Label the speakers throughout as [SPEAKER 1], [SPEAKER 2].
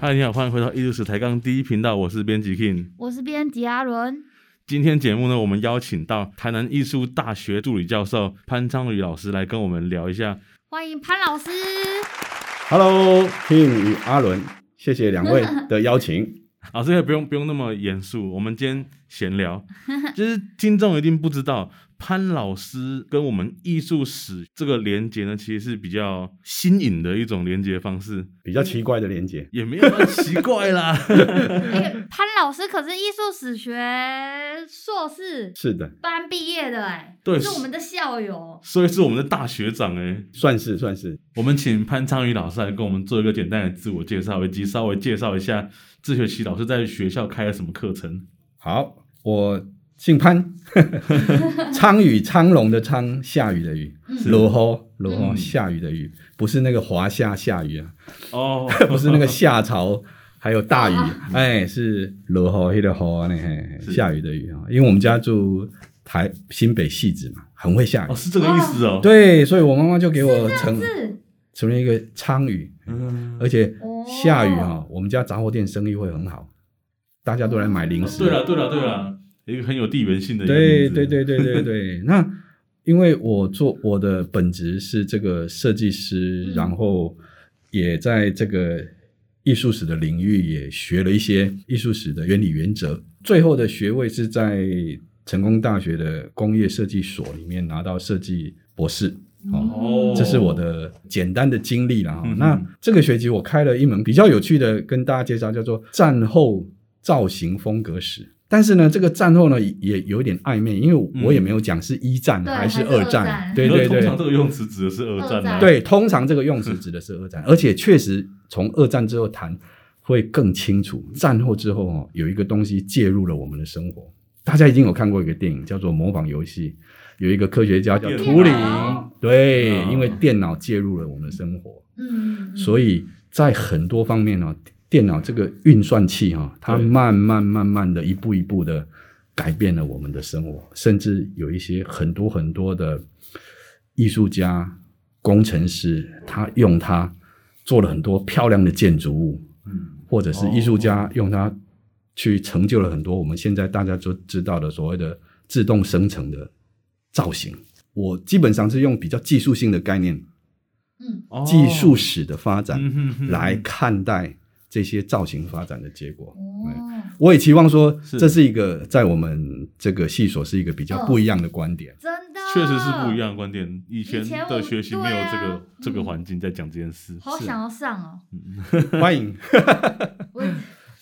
[SPEAKER 1] 嗨，你好，欢迎回到艺术史抬杠第一频道，我是编辑 King。
[SPEAKER 2] 我是编辑阿伦。
[SPEAKER 1] 今天节目呢，我们邀请到台南艺术大学助理教授潘昌宇老师来跟我们聊一下。
[SPEAKER 2] 欢迎潘 老师。
[SPEAKER 3] Hello, King 与阿伦，谢谢两 位的邀请。
[SPEAKER 1] 老师也啊不用不用那么严肃，我们今天闲 聊。就是听众一定不知道，潘老师跟我们艺术史这个连接呢，其实是比较新颖的一种连接方式，
[SPEAKER 3] 比较奇怪的连接，
[SPEAKER 1] 也没有那么奇怪 啦。
[SPEAKER 2] 那个潘老师可是艺术史学硕士
[SPEAKER 3] 是的，
[SPEAKER 2] 班毕业的哎、
[SPEAKER 1] 对
[SPEAKER 2] 是我们的校友。
[SPEAKER 1] 所以是我们的大学长哎、
[SPEAKER 3] 算是算是。
[SPEAKER 1] 我们请潘昌宇老师来跟我们做一个简单的自我介绍，以及稍微介绍一下自学期老师在学校开了什么课程。
[SPEAKER 3] 好，我姓潘， 苍雨苍龙的苍，下雨的雨，罗吼罗吼，
[SPEAKER 1] 嗯
[SPEAKER 3] 下雨的雨，不是那个华夏下雨啊，
[SPEAKER 1] 哦，
[SPEAKER 3] 不是那个 夏朝。还有大雨，哎，是罗吼黑的吼呢，啊嘿
[SPEAKER 1] 啊是
[SPEAKER 3] 下雨的雨啊，因为我们家住台新北戏子嘛，很会下雨
[SPEAKER 1] 哦，，是这个意思哦。，
[SPEAKER 3] 啊对，所以我妈妈就给我成
[SPEAKER 2] 嗯是
[SPEAKER 3] 成了一个苍雨，
[SPEAKER 1] 嗯，
[SPEAKER 3] 而且
[SPEAKER 2] 哦
[SPEAKER 3] 下雨哈、我们家杂货店生意会很好，大家都来买零食。
[SPEAKER 1] 哦对啊了，对了，对了，一个很有地缘性的一个
[SPEAKER 3] 对
[SPEAKER 1] 名字
[SPEAKER 3] 对对对对对那因为我做我的本职是这个设计师，
[SPEAKER 2] 嗯
[SPEAKER 3] 然后也在这个艺术史的领域也学了一些艺术史的原理原则。最后的学位是在成功大学的工业设计所里面拿到设计博士。哦，
[SPEAKER 2] 嗯
[SPEAKER 1] 哦
[SPEAKER 3] 这是我的简单的经历了哈
[SPEAKER 1] 嗯。
[SPEAKER 3] 那这个学期我开了一门比较有趣的，跟大家介绍，叫做战后造型风格史。但是呢，这个战后呢也也有点暧昧，因为
[SPEAKER 1] 嗯
[SPEAKER 3] 我也没有讲是一战啊
[SPEAKER 2] 对
[SPEAKER 3] 还是
[SPEAKER 2] 还是
[SPEAKER 3] 二
[SPEAKER 2] 二
[SPEAKER 3] 战
[SPEAKER 2] 战。
[SPEAKER 3] 对
[SPEAKER 1] 因为
[SPEAKER 3] 对
[SPEAKER 1] 通
[SPEAKER 3] 对
[SPEAKER 1] 常这个用词指的是二战啊。
[SPEAKER 2] 二战
[SPEAKER 3] 对，通常这个用词指的是二战，而且确实从二战之后谈会更清楚。战后之后哦，有一个东西介入了我们的生活。大家一定有看过一个电影叫做《模仿游戏》，有一个科学家叫
[SPEAKER 1] 电
[SPEAKER 3] 图灵
[SPEAKER 2] 脑，
[SPEAKER 3] 对，
[SPEAKER 1] 啊
[SPEAKER 3] 因为电脑介入了我们的生活。
[SPEAKER 2] 嗯，
[SPEAKER 3] 所
[SPEAKER 2] 以
[SPEAKER 3] 以在很多方面哦，电脑这个运算器哈、它
[SPEAKER 1] 对
[SPEAKER 3] 慢慢慢慢的一步一步的改变了我们的生活，甚至有一些很多很多的艺术家、工程师，他用它做了很多漂亮的建筑物，
[SPEAKER 1] 嗯，哦
[SPEAKER 3] 或者是艺术家用它去成就了很多我们现在大家都知道的所谓的自动生成的造型。我基本上是用比较技术性的概念，
[SPEAKER 2] 嗯
[SPEAKER 1] 哦
[SPEAKER 3] 技术史的发展，
[SPEAKER 1] 嗯哼哼
[SPEAKER 3] 来看待这些造型发展的结果。
[SPEAKER 2] 哦，
[SPEAKER 3] 我也期望说，
[SPEAKER 1] 是
[SPEAKER 3] 这是一个在我们这个系所是一个比较不一样的 观点。
[SPEAKER 2] 真的啊
[SPEAKER 1] 确实是不一。样的观点。以前
[SPEAKER 2] 以前我
[SPEAKER 1] 的
[SPEAKER 2] 们
[SPEAKER 1] 学习没有这
[SPEAKER 2] 对
[SPEAKER 1] 个
[SPEAKER 2] 啊
[SPEAKER 1] 这个
[SPEAKER 2] 嗯
[SPEAKER 1] 环境在讲这件事，
[SPEAKER 2] 好
[SPEAKER 3] 是
[SPEAKER 2] 想要上哦，
[SPEAKER 3] 欢 迎，
[SPEAKER 2] 我也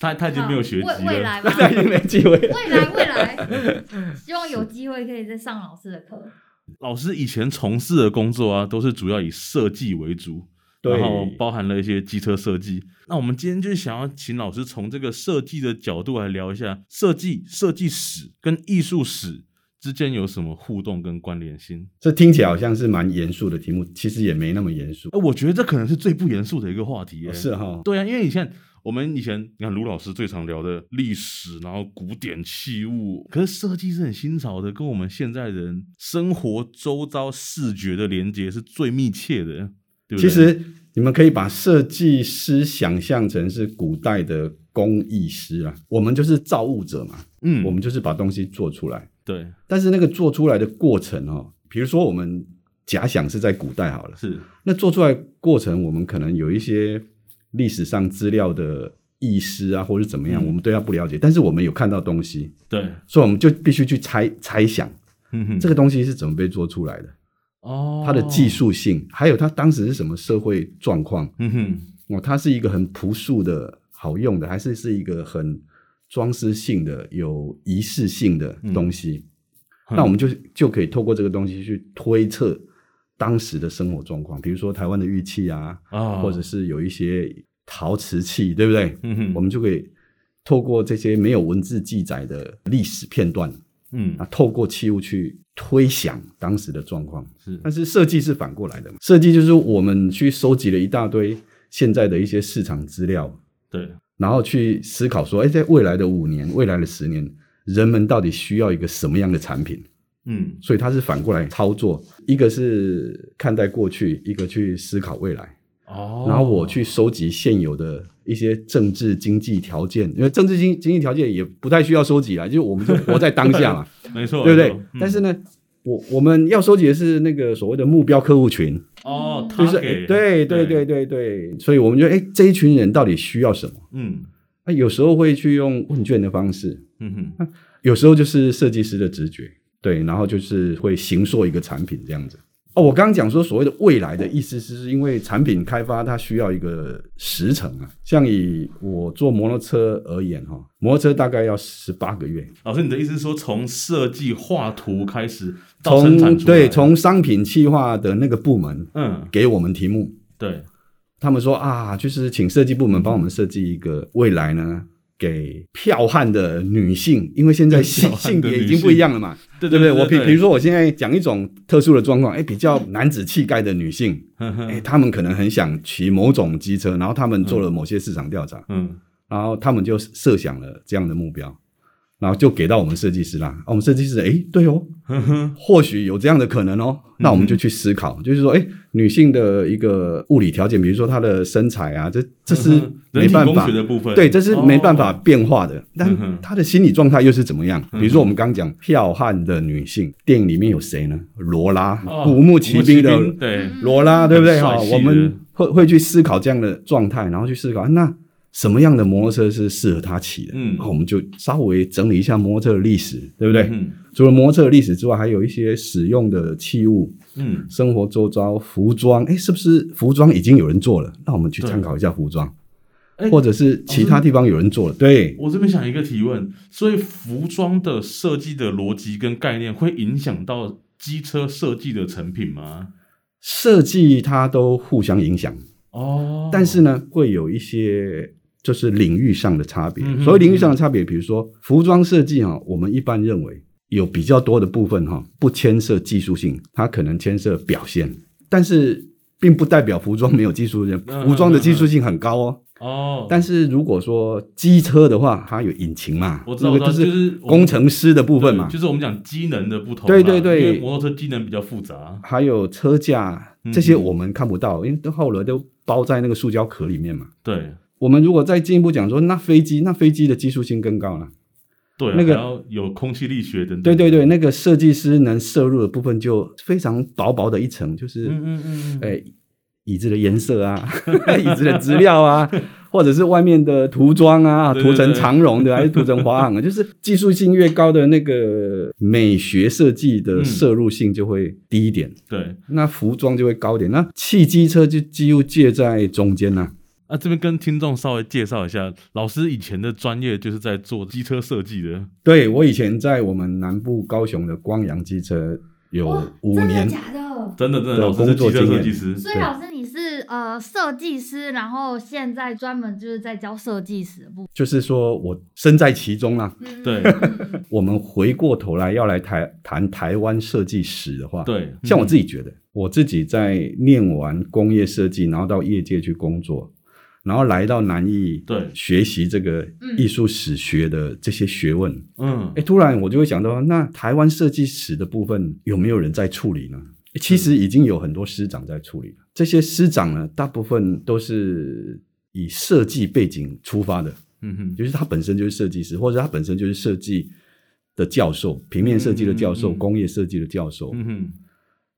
[SPEAKER 1] 他他已经没有学籍
[SPEAKER 2] 未未
[SPEAKER 1] 了。
[SPEAKER 2] 来吧，
[SPEAKER 3] 欢迎没机会。
[SPEAKER 2] 未来未来，希望有机会可以再上老师的课。
[SPEAKER 1] 老师以前从事的工作啊，都是主要以设计为主，
[SPEAKER 3] 对
[SPEAKER 1] 然，后包含了一些机车设计。那我们今天就是想要请老师从这个设计的角度来聊一下设计、设计史跟艺术史之间有什么互动跟关联性。
[SPEAKER 3] 这听起来好像是蛮严肃的题目，其实也没那么严肃。
[SPEAKER 1] 哎，我觉得这可能是最不严肃的一个话题耶、
[SPEAKER 3] 是哈，
[SPEAKER 1] 对啊，因为你像我们以前，你看卢老师最常聊的历史，然后古典器物，可是设计是很新潮的，跟我们现在人生活周遭视觉的连接是最密切的，对不对？
[SPEAKER 3] 其实你们可以把设计师想象成是古代的工艺师啊，我们就是造物者嘛，
[SPEAKER 1] 嗯，
[SPEAKER 3] 我们就是把东西做出来。
[SPEAKER 1] 对
[SPEAKER 3] 但是那个做出来的过程哦，比如说我们假想是在古代好了，
[SPEAKER 1] 是，
[SPEAKER 3] 那做出来过程，我们可能有一些历史上资料的意思啊，或者怎么样，
[SPEAKER 1] 嗯
[SPEAKER 3] 我们对它不了解，但是我们有看到东西，
[SPEAKER 1] 对，
[SPEAKER 3] 所以我们就必须去猜猜想
[SPEAKER 1] 嗯哼，
[SPEAKER 3] 这个东西是怎么被做出来的，
[SPEAKER 1] 哦，
[SPEAKER 3] 它的技，术性，还有它当时是什么社会状况。
[SPEAKER 1] 嗯哼，
[SPEAKER 3] 哦，它是一个很朴素的好用的，还是是一个很装饰性的、有仪式性的东西？
[SPEAKER 1] 嗯
[SPEAKER 3] 那我们就就可以透过这个东西去推测当时的生活状况，比如说台湾的玉器啊，
[SPEAKER 1] 啊，
[SPEAKER 3] 或者是有一些陶瓷器，对不对？
[SPEAKER 1] 嗯哼，
[SPEAKER 3] 我们就可以透过这些没有文字记载的历史片段，
[SPEAKER 1] 嗯
[SPEAKER 3] 啊，透过器物去推想当时的状况。
[SPEAKER 1] 是
[SPEAKER 3] 但是设计是反过来的嘛，设计就是我们去收集了一大堆现在的一些市场资料，
[SPEAKER 1] 对，
[SPEAKER 3] 然后去思考说，哎，在未来的五年、未来的十年，人们到底需要一个什么样的产品？
[SPEAKER 1] 嗯
[SPEAKER 3] 所以它是反过来操作，一个是看待过去，一个去思考未来。
[SPEAKER 1] 哦，
[SPEAKER 3] 然后我去收集现有的一些政治经济条件，因为政治经经济条件也不太需要收集啦，就是我们就活在当下嘛，
[SPEAKER 1] 没错，
[SPEAKER 3] 对不
[SPEAKER 1] 没
[SPEAKER 3] 对
[SPEAKER 1] 错？嗯
[SPEAKER 3] 但是呢，我我们要收集的是那个所谓的目标客户群，
[SPEAKER 1] 哦，
[SPEAKER 2] 就
[SPEAKER 1] 他
[SPEAKER 3] 就是
[SPEAKER 1] 给
[SPEAKER 3] 对对对，对对，所以我们就哎这一群人到底需要什么？
[SPEAKER 1] 嗯
[SPEAKER 3] 那有时候会去用问卷的方式，
[SPEAKER 1] 嗯哼，
[SPEAKER 3] 有时候就是设计师的直觉，对，然后就是会形塑一个产品这样子。哦，我刚刚讲说所谓的未来的意思是，是因为产品开发它需要一个时程啊。像以我做摩托车而言哈，摩托车大概要十八个月，
[SPEAKER 1] 老师，你的意思是说从设计画图开始到生产
[SPEAKER 3] 从
[SPEAKER 1] 出来
[SPEAKER 3] 对从商品企划的那个部门
[SPEAKER 1] 嗯
[SPEAKER 3] 给我们题目，
[SPEAKER 1] 对
[SPEAKER 3] 他们说啊，就是请设计部门帮我们设计一个未来呢。给剽悍的女性，因为现在性
[SPEAKER 1] 剽悍
[SPEAKER 3] 性
[SPEAKER 1] 的
[SPEAKER 3] 别已
[SPEAKER 1] 女
[SPEAKER 3] 经不一
[SPEAKER 1] 性
[SPEAKER 3] 样了嘛，
[SPEAKER 1] 对
[SPEAKER 3] 对不
[SPEAKER 1] 对嗯
[SPEAKER 3] 对？我比比如说，我现在讲一种特殊的状况，哎，比较男子气概的女性，
[SPEAKER 1] 说
[SPEAKER 3] 哎，她们可能很想骑某种机车，然后她们做了某些市场调查，
[SPEAKER 1] 嗯
[SPEAKER 3] 然后她们就设想了这样的目标，然后就给到我们设计师啦。啊，我们设计师，哎，对哦，
[SPEAKER 1] 哼嗯哼嗯
[SPEAKER 3] 或许有这样的可能哦，那我们就去思考，就是说，哎，女性的一个物理条件，比如说她的身材啊，这这是
[SPEAKER 1] 嗯哼
[SPEAKER 3] 没办
[SPEAKER 1] 人体
[SPEAKER 3] 法
[SPEAKER 1] 工学。的部分，
[SPEAKER 3] 对，这是没办法
[SPEAKER 1] 哦
[SPEAKER 3] 变化的。
[SPEAKER 1] 嗯
[SPEAKER 3] 但
[SPEAKER 1] 哼
[SPEAKER 3] 她的心理状态又是怎么样？
[SPEAKER 1] 嗯哼
[SPEAKER 3] 比如说我们刚讲剽悍的女性，电影里面有谁呢？罗拉，
[SPEAKER 1] 哦
[SPEAKER 3] 古墓奇兵的
[SPEAKER 1] 对
[SPEAKER 2] 嗯
[SPEAKER 3] 罗拉，对不对？
[SPEAKER 1] 很
[SPEAKER 3] 哈
[SPEAKER 1] 帅，气的
[SPEAKER 3] 我们会会去思考这样的状态，然后去思考啊那什么样的摩托车是适合她骑的。啊
[SPEAKER 1] 嗯
[SPEAKER 3] 那我们就稍微整理一下摩托车的历史，对不对？
[SPEAKER 1] 嗯
[SPEAKER 3] 除了摩托车的历史之外，还有一些使用的器物、
[SPEAKER 1] 嗯
[SPEAKER 3] 生活周遭、服装，哎，是不是服装已经有人做了？那我们去参考一下服装。
[SPEAKER 1] 哎
[SPEAKER 3] 或者是其他地方有人
[SPEAKER 1] 哦
[SPEAKER 3] 做了，对，
[SPEAKER 1] 我这边想一个提问，所以服装的设计的逻辑跟概念会影响到机车设计的成品吗？
[SPEAKER 3] 设计它都互相影响，
[SPEAKER 1] 哦，
[SPEAKER 3] 但是呢，会有一些就是领域上的差别
[SPEAKER 1] 嗯。哼
[SPEAKER 3] 所谓领域上的差别，比如说服装设计哈，我们一般认为有比较多的部分哈，不牵涉技术性，它可能牵涉表现，但是并不代表服装没有技术性，
[SPEAKER 1] 嗯
[SPEAKER 3] 服装的技术性很高哦。
[SPEAKER 1] 哦，
[SPEAKER 3] 但是如果说机车的话，它有引擎嘛，
[SPEAKER 1] 我知道
[SPEAKER 3] 那个
[SPEAKER 1] 我知道
[SPEAKER 3] 就
[SPEAKER 1] 就是是
[SPEAKER 3] 工程师的部分嘛
[SPEAKER 1] 对，就是我们讲机能的不同啦，
[SPEAKER 3] 对对对
[SPEAKER 1] 因为摩托车机能比较复杂，
[SPEAKER 3] 还有车架
[SPEAKER 1] 嗯
[SPEAKER 3] 这些我们看不到，因为都后来都包在那个塑胶壳里面嘛。
[SPEAKER 1] 对
[SPEAKER 3] 我们如果再进一步讲说，那飞机，那飞机的技术性更高了。
[SPEAKER 1] 对啊，
[SPEAKER 3] 那个
[SPEAKER 1] 还要有空气力学等等，
[SPEAKER 3] 对对对，那个设计师能摄入的部分就非常薄薄的一层，就是
[SPEAKER 1] 嗯，嗯嗯嗯，
[SPEAKER 3] 哎、椅子的颜色啊， 椅子的资 料啊，或者是外面的涂装啊，
[SPEAKER 1] 对
[SPEAKER 3] 涂
[SPEAKER 1] 对
[SPEAKER 3] 成
[SPEAKER 1] 对
[SPEAKER 3] 长绒的还是涂成花样啊， 就是技术性越高的那个美学设计的
[SPEAKER 1] 嗯
[SPEAKER 3] 摄入性就会低一点。
[SPEAKER 1] 对。
[SPEAKER 3] 那服装就会高点，那汽机车就几乎介在中间啊呐、
[SPEAKER 1] 那、啊这边跟听众稍微介绍一下，老师以前的专业就是在做机车设计的，
[SPEAKER 3] 对我以前在我们南部高雄的光阳机车有
[SPEAKER 2] 哇
[SPEAKER 3] 五
[SPEAKER 2] 真的
[SPEAKER 3] 年，
[SPEAKER 2] 假的？
[SPEAKER 1] 真的真的，
[SPEAKER 3] 对
[SPEAKER 1] 老师
[SPEAKER 3] 工
[SPEAKER 1] 是
[SPEAKER 3] 作
[SPEAKER 1] 机车
[SPEAKER 3] 经
[SPEAKER 1] 设
[SPEAKER 3] 验
[SPEAKER 1] 计师，
[SPEAKER 2] 所以
[SPEAKER 3] 对
[SPEAKER 2] 老师你是呃设计师，然后现在专门就是在教设计师的部分。
[SPEAKER 3] 就是说我身在其中啦、
[SPEAKER 2] 嗯
[SPEAKER 1] 对
[SPEAKER 2] 嗯
[SPEAKER 3] 我们回过头来要来台谈台湾设计史的话，，
[SPEAKER 1] 对，
[SPEAKER 3] 像我自
[SPEAKER 1] 己，
[SPEAKER 3] 己觉得，我自己在念完工业设计，然后到业界去工作，然后来到南艺
[SPEAKER 1] 对
[SPEAKER 3] 学习这个
[SPEAKER 2] 嗯
[SPEAKER 3] 艺术史学的这些学问，
[SPEAKER 1] 嗯
[SPEAKER 3] 哎，，突然我就会想到，那台湾设计史的部分有没有人在处理呢？
[SPEAKER 1] 嗯
[SPEAKER 3] 诶其实已经有很多师长在处理了。这些师长呢，大部分都是以设计背景出发的，
[SPEAKER 1] 嗯哼，
[SPEAKER 3] 就是他本身就是设计师，或者他本身就是设计的教授，平面设计的教授，
[SPEAKER 1] 嗯嗯嗯
[SPEAKER 3] 工业设计的教授。
[SPEAKER 1] 嗯哼，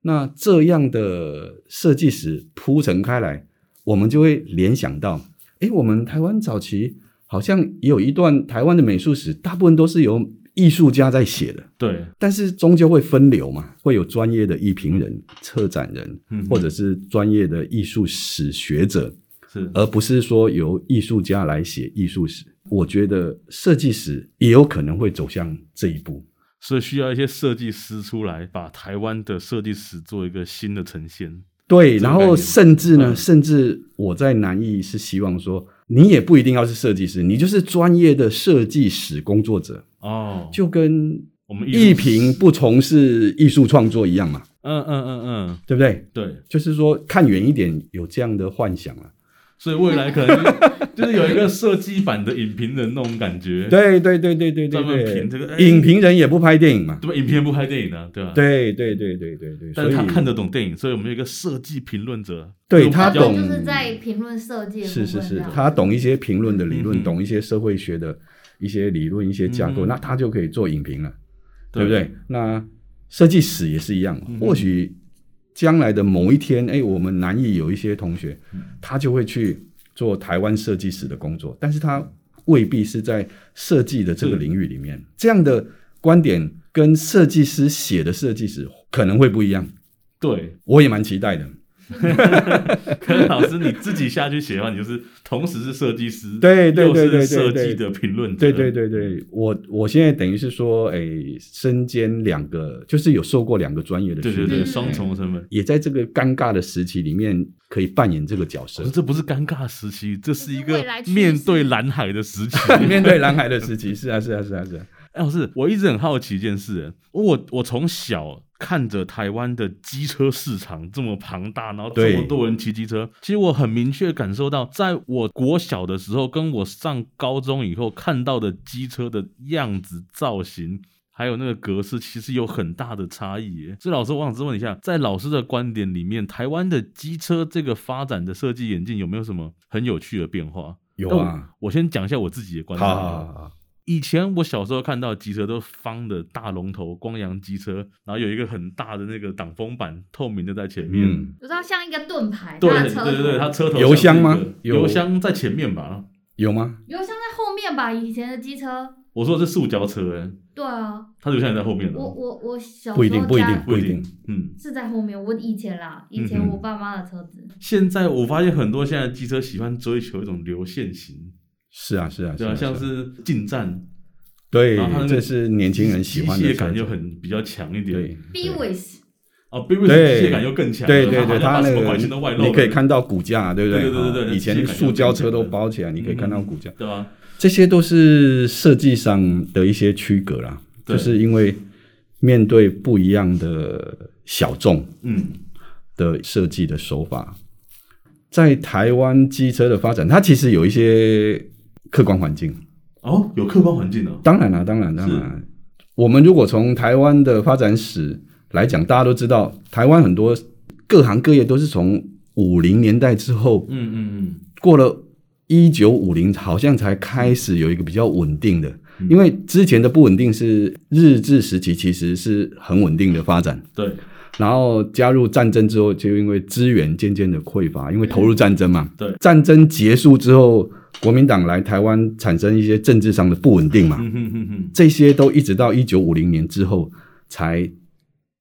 [SPEAKER 3] 那这样的设计史铺陈开来，我们就会联想到，诶，我们台湾早期好像也有一段台湾的美术史，大部分都是由艺术家在写的，
[SPEAKER 1] 对，
[SPEAKER 3] 但是终究会分流嘛，会有专业的艺评人、策展人，
[SPEAKER 1] 嗯哼
[SPEAKER 3] 或者是专业的艺术史学者，
[SPEAKER 1] 是，
[SPEAKER 3] 而不是说由艺术家来写艺术史。我觉得设计史也有可能会走向这一步。
[SPEAKER 1] 所以需要一些设计师出来，把台湾的设计史做一个新的呈现。
[SPEAKER 3] 对，
[SPEAKER 1] 这个
[SPEAKER 3] 然
[SPEAKER 1] 概
[SPEAKER 3] 后
[SPEAKER 1] 念
[SPEAKER 3] 甚至呢，
[SPEAKER 1] 嗯
[SPEAKER 3] 甚至我在南艺是希望说，你也不一定要是设计师，你就是专业的设计史工作者，
[SPEAKER 1] 哦，
[SPEAKER 3] 就跟
[SPEAKER 1] 我们
[SPEAKER 3] 艺
[SPEAKER 1] 艺术
[SPEAKER 3] 评不从事艺术创作一样嘛，
[SPEAKER 1] 嗯嗯嗯嗯，
[SPEAKER 3] 对不对？
[SPEAKER 1] 对，
[SPEAKER 3] 就是说看远一点，有这样的幻想了、啊
[SPEAKER 1] 所以未来可 能就是有一个设计版的影评人那种感觉，
[SPEAKER 3] 对对对对对对
[SPEAKER 1] 专门
[SPEAKER 3] 对，
[SPEAKER 1] 评这个哎
[SPEAKER 3] 影评人也不拍电影嘛，
[SPEAKER 1] 对吧？影评人不拍电影啊，对吧？。
[SPEAKER 3] 对对对对对对，
[SPEAKER 1] 但
[SPEAKER 3] 所
[SPEAKER 1] 是
[SPEAKER 3] 以
[SPEAKER 1] 他看得懂电影，所以我们有一个设计评论者，
[SPEAKER 3] 对
[SPEAKER 1] 用比
[SPEAKER 3] 他
[SPEAKER 1] 较
[SPEAKER 3] 懂
[SPEAKER 2] 就是在评论设计的部
[SPEAKER 3] 是
[SPEAKER 2] 分
[SPEAKER 3] 是
[SPEAKER 2] 这
[SPEAKER 3] 是
[SPEAKER 2] 样，
[SPEAKER 3] 他懂一些评论的理
[SPEAKER 1] 嗯
[SPEAKER 3] 论，
[SPEAKER 1] 嗯
[SPEAKER 3] 懂一些社会学的一些理论、一些架
[SPEAKER 1] 嗯
[SPEAKER 3] 构，
[SPEAKER 1] 嗯
[SPEAKER 3] 那他就可以做影评了，
[SPEAKER 1] 对
[SPEAKER 3] 对不对？那设计史也是一样
[SPEAKER 1] 嗯，
[SPEAKER 3] 或许将来的某一天，哎，我们南艺有一些同学，
[SPEAKER 1] 嗯
[SPEAKER 3] 他就会去做台湾设计史的工作，但是他未必是在设计的这个
[SPEAKER 1] 是
[SPEAKER 3] 领域里
[SPEAKER 1] 嗯
[SPEAKER 3] 面，这样的观点跟设计师写的设计史可能会不一样，
[SPEAKER 1] 对，
[SPEAKER 3] 我也蛮期待的。
[SPEAKER 1] 可能老师你自己下去写的话，你就是同时是设计师，
[SPEAKER 3] 对对
[SPEAKER 1] 又是
[SPEAKER 3] 对对对
[SPEAKER 1] 设计
[SPEAKER 3] 对
[SPEAKER 1] 的评论者，
[SPEAKER 3] 对对对对，我我现在等于是说，诶，身兼两个，就是有受过两个专业的
[SPEAKER 1] 对
[SPEAKER 3] 训
[SPEAKER 1] 对对，
[SPEAKER 3] 练，
[SPEAKER 1] 双重身份。
[SPEAKER 3] 也在这个尴尬的时期里面可以扮演这个角色
[SPEAKER 1] 可是。这不是尴尬时期，这是一
[SPEAKER 2] 这是
[SPEAKER 1] 个
[SPEAKER 2] 未来趋势
[SPEAKER 1] 面对蓝海的时期。
[SPEAKER 3] 面对蓝海的时期，是啊是啊是啊是啊，
[SPEAKER 1] 哎，老师，我一直很好奇一件事，欸我我从小看着台湾的机车市场这么庞大，然后这
[SPEAKER 3] 对
[SPEAKER 1] 么多人骑机车，其实我很明确感受到，在我国小的时候，跟我上高中以后看到的机车的样子、造型。还有那个格式，其实有很大的差异耶。所以老师，我想质问一下，在老师的观点里面，台湾的机车这个发展的设计演进有没有什么很有趣的变化？
[SPEAKER 3] 有
[SPEAKER 1] 那我
[SPEAKER 3] 啊。
[SPEAKER 1] 我先讲一下我自己的观
[SPEAKER 3] 好
[SPEAKER 1] 点。
[SPEAKER 3] 好好好好，
[SPEAKER 1] 以前我小时候看到的机车都是方的大龙头光阳机车，然后有一个很大的那个挡风板，透明的在前面。
[SPEAKER 3] 嗯，
[SPEAKER 2] 就是它像一个盾牌，
[SPEAKER 1] 对
[SPEAKER 2] 它的车
[SPEAKER 1] 对对对，它车头
[SPEAKER 3] 油箱吗
[SPEAKER 1] 像是一个
[SPEAKER 3] 有
[SPEAKER 1] 油箱在前面吧？
[SPEAKER 3] 有吗？
[SPEAKER 2] 油箱在后面吧，以前的机车。
[SPEAKER 1] 我说的是塑胶车、欸，
[SPEAKER 2] 对啊，
[SPEAKER 1] 它油箱也在后面的
[SPEAKER 2] 我，我我小时候
[SPEAKER 3] 嗯不一定不一定
[SPEAKER 2] 家
[SPEAKER 1] 不一
[SPEAKER 3] 不一
[SPEAKER 1] 定。嗯，
[SPEAKER 2] 是在后面，我以前啦，以前
[SPEAKER 1] 嗯
[SPEAKER 3] 哼
[SPEAKER 2] 我爸妈的车子，
[SPEAKER 1] 现在我发现很多现在的机车喜欢追求一种流线型，
[SPEAKER 3] 是啊是啊，
[SPEAKER 1] 对啊，像是进站，
[SPEAKER 3] 对
[SPEAKER 1] 然后它那，个
[SPEAKER 3] 这是年轻人喜
[SPEAKER 1] 机
[SPEAKER 3] 欢的
[SPEAKER 1] 械
[SPEAKER 3] 车
[SPEAKER 1] 感
[SPEAKER 3] 子
[SPEAKER 1] 又很比较强一点。
[SPEAKER 3] 对
[SPEAKER 2] 逼
[SPEAKER 3] 对
[SPEAKER 2] ways
[SPEAKER 1] 啊，b 比 b
[SPEAKER 3] 对
[SPEAKER 1] 机械感又更强了，
[SPEAKER 3] 对对对，
[SPEAKER 1] 它
[SPEAKER 3] 它
[SPEAKER 1] 好像把
[SPEAKER 3] 那
[SPEAKER 1] 什么
[SPEAKER 3] 个
[SPEAKER 1] 管线都外露了，
[SPEAKER 3] 你可以看到骨架，对不
[SPEAKER 1] 对
[SPEAKER 3] 对
[SPEAKER 1] 对对对
[SPEAKER 3] 啊
[SPEAKER 1] 对
[SPEAKER 3] 以
[SPEAKER 1] 机械
[SPEAKER 3] 前
[SPEAKER 1] 感
[SPEAKER 3] 塑胶
[SPEAKER 1] 就
[SPEAKER 3] 车
[SPEAKER 1] 很
[SPEAKER 3] 都
[SPEAKER 1] 强
[SPEAKER 3] 包起来，你可以看到骨架。
[SPEAKER 1] 对啊吧？
[SPEAKER 3] 这些都是设计上的一些区隔啦，
[SPEAKER 1] 对
[SPEAKER 3] 就是因为面对不一样的小众
[SPEAKER 1] 嗯，
[SPEAKER 3] 的设计的手法，在台湾机车的发展，它其实有一些客观环境。
[SPEAKER 1] 哦，有客观环境哦，
[SPEAKER 3] 当然啊啦，当然，当然，我们如果从台湾的发展史来讲，大家都知道，台湾很多各行各业都是从五零年代之后
[SPEAKER 1] 嗯嗯嗯，
[SPEAKER 3] 过了一九五零，好像才开始有一个比较稳定的，因为之前的不稳定是日治时期，其实是很稳定的发展。
[SPEAKER 1] 对，
[SPEAKER 3] 然后加入战争之后，就因为资源渐渐的匮乏，因为投入战争嘛。
[SPEAKER 1] 嗯对
[SPEAKER 3] 战争结束之后，国民党来台湾产生一些政治上的不稳定嘛，
[SPEAKER 1] 嗯哼哼哼，
[SPEAKER 3] 这些都一直到一九五零年之后才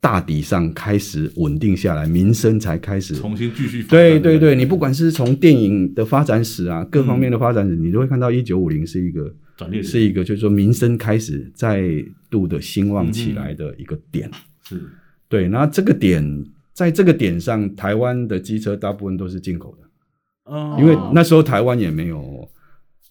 [SPEAKER 3] 大体上开始稳定下来，民生才开 始
[SPEAKER 1] 重新继续发展
[SPEAKER 3] 对
[SPEAKER 1] 的
[SPEAKER 3] 对
[SPEAKER 1] 感觉
[SPEAKER 3] 对，你不管是从电影的发展史啊，各方面的发展史，你都会看到一九五零是一个
[SPEAKER 1] 转捩点
[SPEAKER 3] 是一个就是说民生开始再度的兴旺
[SPEAKER 1] 嗯
[SPEAKER 3] 起来的一个点。
[SPEAKER 1] 是
[SPEAKER 3] 对，那这个点在这个点上，台湾的机车大部分都是进口的，
[SPEAKER 1] 哦
[SPEAKER 3] 因为那时候台湾也没有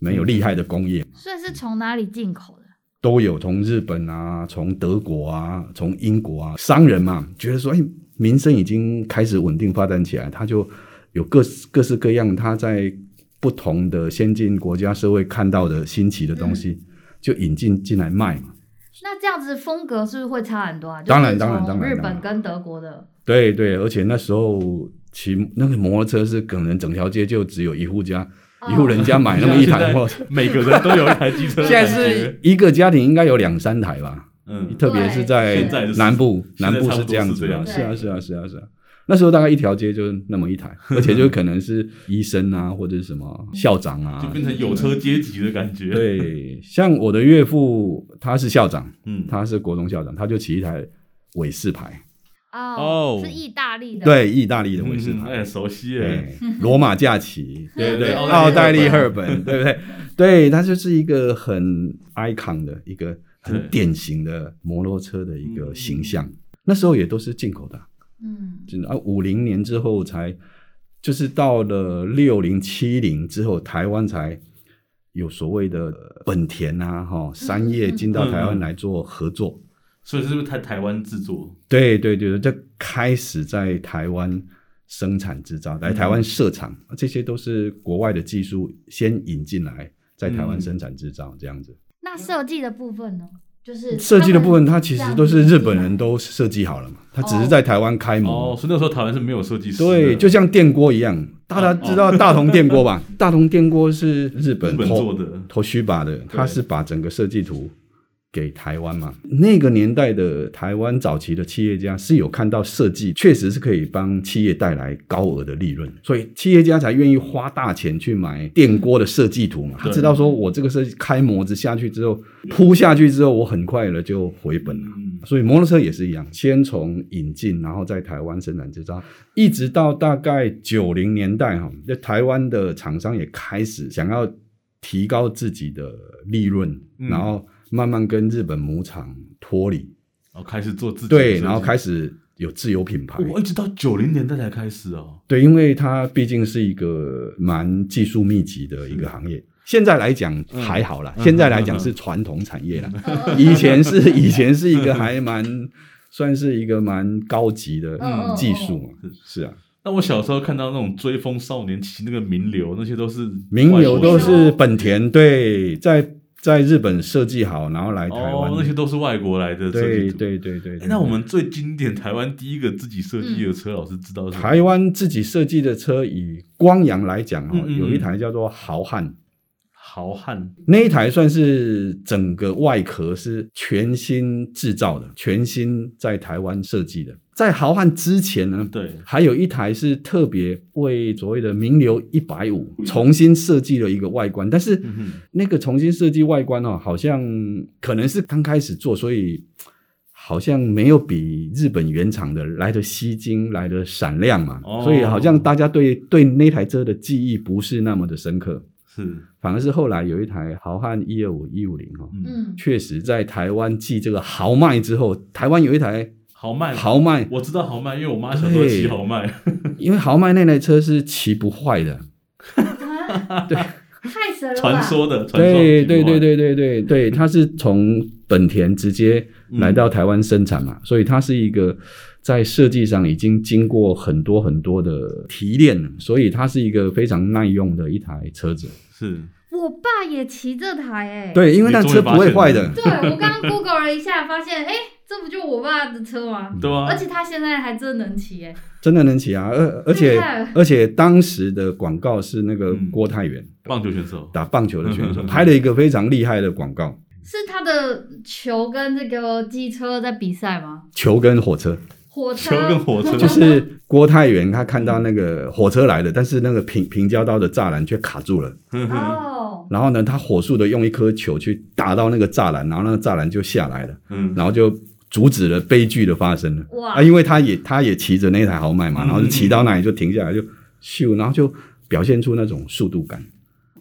[SPEAKER 3] 没有厉害的工业，
[SPEAKER 2] 所以是从哪里进口的？
[SPEAKER 3] 都有从日本啊、从德国啊、从英国啊，商人嘛，觉得说，哎，民生已经开始稳定发展起来，他就有各式各式各样他在不同的先进国家社会看到的新奇的东西，就引进进来卖嘛。
[SPEAKER 2] 那这样子风格是不是会差很多啊？
[SPEAKER 3] 当然
[SPEAKER 2] 就是
[SPEAKER 3] 当然
[SPEAKER 2] 从
[SPEAKER 3] 当然
[SPEAKER 2] 日
[SPEAKER 3] 当然
[SPEAKER 2] 本跟德国的，
[SPEAKER 3] 对对，而且那时候骑那个摩托车是可能整条街就只有一户家，
[SPEAKER 2] 哦
[SPEAKER 3] 一户人家买那么一台摩托车，
[SPEAKER 1] 每个人都有一台机车的感觉，
[SPEAKER 3] 现在是一个家庭应该有两三台吧。
[SPEAKER 1] 嗯，
[SPEAKER 3] 特别是在
[SPEAKER 1] 现在是
[SPEAKER 3] 南部，
[SPEAKER 1] 现
[SPEAKER 3] 南
[SPEAKER 1] 在
[SPEAKER 3] 部
[SPEAKER 1] 差不多
[SPEAKER 3] 这样子
[SPEAKER 1] 是
[SPEAKER 3] 的，
[SPEAKER 2] 这
[SPEAKER 3] 是
[SPEAKER 2] 样
[SPEAKER 3] 啊，是啊，是啊，是啊。那时候大概一条街就那么一台，而且就可能是医生啊，或者是什么校长
[SPEAKER 1] 就
[SPEAKER 3] 啊。
[SPEAKER 1] 变成有车阶级的感觉，，
[SPEAKER 3] 对，像我的岳父，他是校长，
[SPEAKER 1] 嗯，
[SPEAKER 3] 他是国中校长，他就骑一台伟士牌，
[SPEAKER 2] 哦
[SPEAKER 1] 哦，
[SPEAKER 2] 是意大利的，，
[SPEAKER 3] 对，意大利的
[SPEAKER 1] 嗯
[SPEAKER 3] 伟士
[SPEAKER 1] 嗯哎
[SPEAKER 3] 牌，
[SPEAKER 1] 熟悉耶，
[SPEAKER 3] 对，罗马假期，对不对？
[SPEAKER 1] 对
[SPEAKER 3] 奥黛丽·
[SPEAKER 1] 哦奥黛丽赫
[SPEAKER 3] 赫尔本，对不对？ 对，他就是一个很 icon 的一个
[SPEAKER 1] 对
[SPEAKER 3] 很典型的摩托车的一个形
[SPEAKER 1] 嗯
[SPEAKER 3] 象。那时候也都是进口的啊，
[SPEAKER 2] 嗯，
[SPEAKER 3] 真的啊，五零年之后才，就是到了六零七零之后，台湾才有所谓的呃本田啊，哈、
[SPEAKER 1] 嗯
[SPEAKER 3] 三叶进到台湾来做合作。
[SPEAKER 1] 所以是不是台台湾制作？
[SPEAKER 3] 对对对，这开始在台湾生产制造，来
[SPEAKER 1] 嗯
[SPEAKER 3] 台湾设厂，这些都是国外的技术先引进来，在台
[SPEAKER 1] 嗯
[SPEAKER 3] 湾生产制造这样子。
[SPEAKER 2] 那设计的部分呢？就是
[SPEAKER 3] 嗯设计的部分，
[SPEAKER 2] 他
[SPEAKER 3] 它
[SPEAKER 2] 们
[SPEAKER 3] 其
[SPEAKER 2] 这
[SPEAKER 3] 实
[SPEAKER 2] 样
[SPEAKER 3] 都是
[SPEAKER 2] 子
[SPEAKER 3] 日本人都设计好了嘛，它只是在台湾开模。
[SPEAKER 1] 哦，所以那时候台湾是没有设计师的，
[SPEAKER 3] 嗯
[SPEAKER 1] 哦
[SPEAKER 3] 对，就像电锅一样，大家知道大同电锅吧？大同电锅是日本
[SPEAKER 1] 日本做的，
[SPEAKER 3] 头须把的，它是把整个设计图给台湾嘛。那个年代的台湾早期的企业家是有看到设计确实是可以帮企业带来高额的利润，所以企业家才愿意花大钱去买电锅的设计图嘛。他
[SPEAKER 1] 对
[SPEAKER 3] 知道说我这个设计开模子下去之后，铺下去之后，我很快了就回本了。
[SPEAKER 1] 嗯，
[SPEAKER 3] 所以摩托车也是一样，先从引进，然后在台湾生产制造，一直到大概九零年代哈，在台湾的厂商也开始想要提高自己的利润，
[SPEAKER 1] 嗯
[SPEAKER 3] 然后慢慢跟日本母厂脱离，
[SPEAKER 1] 然后开始做自己的设
[SPEAKER 3] 对，
[SPEAKER 1] 计，哦
[SPEAKER 3] 然后开始有自有品牌。
[SPEAKER 1] 我一直到九零年代才开始哦，
[SPEAKER 3] 对，因为它毕竟是一个蛮技术密集的一个行业。现在来讲
[SPEAKER 1] 嗯
[SPEAKER 3] 还好啦，
[SPEAKER 1] 嗯
[SPEAKER 3] 现
[SPEAKER 1] 嗯
[SPEAKER 3] 在来
[SPEAKER 1] 嗯
[SPEAKER 3] 讲
[SPEAKER 1] 嗯
[SPEAKER 3] 是传统产业啦。
[SPEAKER 2] 哦
[SPEAKER 3] 以前是以前是一个还蛮算是一个蛮高级的
[SPEAKER 2] 嗯
[SPEAKER 3] 技术嘛，
[SPEAKER 1] 嗯
[SPEAKER 3] 是啊，
[SPEAKER 1] 那我小时候看到那种追风少年骑那个名流，那些都是
[SPEAKER 3] 名流
[SPEAKER 1] 外国
[SPEAKER 3] 都
[SPEAKER 1] 人
[SPEAKER 3] 是本田对，在在日本设计好，然后来台湾
[SPEAKER 1] 哦，那些都是外国来的设计
[SPEAKER 3] 对
[SPEAKER 1] 图。
[SPEAKER 3] 对对对
[SPEAKER 1] 诶
[SPEAKER 3] 对。
[SPEAKER 1] 那我们最经典台湾第一个自己设计的车，老师知道是什么
[SPEAKER 3] 台湾自己设计的车，以光阳来讲哦
[SPEAKER 1] 嗯，嗯
[SPEAKER 3] 有
[SPEAKER 1] 嗯
[SPEAKER 3] 一台叫做豪汉，
[SPEAKER 1] 豪汉，
[SPEAKER 3] 那一台算是整个外壳是全新制造的，全新在台湾设计的。在豪汉之前呢，
[SPEAKER 1] 对，
[SPEAKER 3] 还有一台是特别为所谓的名流一百五重新设计了一个外观，但是
[SPEAKER 1] 嗯哼
[SPEAKER 3] 那个重新设计外观哦，好像可能是刚开始做，所以好像没有比日本原厂的来的吸睛、来的闪亮嘛，
[SPEAKER 1] 哦
[SPEAKER 3] 所以好像大家对对那台车的记忆不是那么的深刻，
[SPEAKER 1] 是，
[SPEAKER 3] 反而是后来有一台豪汉一二五一五零哦，
[SPEAKER 1] 嗯，
[SPEAKER 2] 嗯，
[SPEAKER 3] 确实在台湾继这个豪迈之后，台湾有一台
[SPEAKER 1] 豪迈，，
[SPEAKER 3] 豪迈，
[SPEAKER 1] 我知道豪迈，因为我妈小时候骑豪迈，
[SPEAKER 3] 因为豪迈那台车是骑不坏的。
[SPEAKER 2] 嗯 太神了吧，
[SPEAKER 1] 传说的，传说
[SPEAKER 3] 对
[SPEAKER 1] 的
[SPEAKER 3] 对对，对对对对，它是从本田直接来到台湾生产嘛，
[SPEAKER 1] 嗯
[SPEAKER 3] 所以它是一个在设计上已经经过很多很多的提炼，所以它是一个非常耐用的一台车子。
[SPEAKER 1] 是，
[SPEAKER 2] 我爸也骑这台哎、
[SPEAKER 3] 对，因为那车不会坏的
[SPEAKER 1] 你终于发现了。
[SPEAKER 2] 对，我刚刚 Google 了一下，发现哎、这不就我爸的车吗？
[SPEAKER 1] 对啊
[SPEAKER 2] 而，且他现在还真能骑哎、
[SPEAKER 3] 真的能骑啊！而而且
[SPEAKER 2] 厉害
[SPEAKER 3] 而且当时的广告是那个
[SPEAKER 1] 嗯
[SPEAKER 3] 郭泰源、
[SPEAKER 1] 棒球选手，
[SPEAKER 3] 打棒球的
[SPEAKER 1] 嗯
[SPEAKER 3] 选手拍了一个非常厉害的广告，
[SPEAKER 2] 是他的球跟这个机车在比赛吗？
[SPEAKER 3] 球跟火
[SPEAKER 1] 嗯
[SPEAKER 3] 车。
[SPEAKER 2] 火车
[SPEAKER 1] 球跟火车，
[SPEAKER 3] 就是郭泰源，他看到那个火车来了，但是那个平平交道的栅栏却卡住了。
[SPEAKER 1] 嗯哼
[SPEAKER 2] 哦，
[SPEAKER 3] 然后呢，他火速的用一颗球去打到那个栅栏，然后那个栅栏就下来了，
[SPEAKER 1] 嗯，
[SPEAKER 3] 然后就阻止了悲剧的发生了。
[SPEAKER 2] 哇
[SPEAKER 3] 啊，因为他也他也骑着那台豪迈嘛，
[SPEAKER 1] 嗯
[SPEAKER 3] 然后就骑到那里就停下来就咻，然后就表现出那种速度感。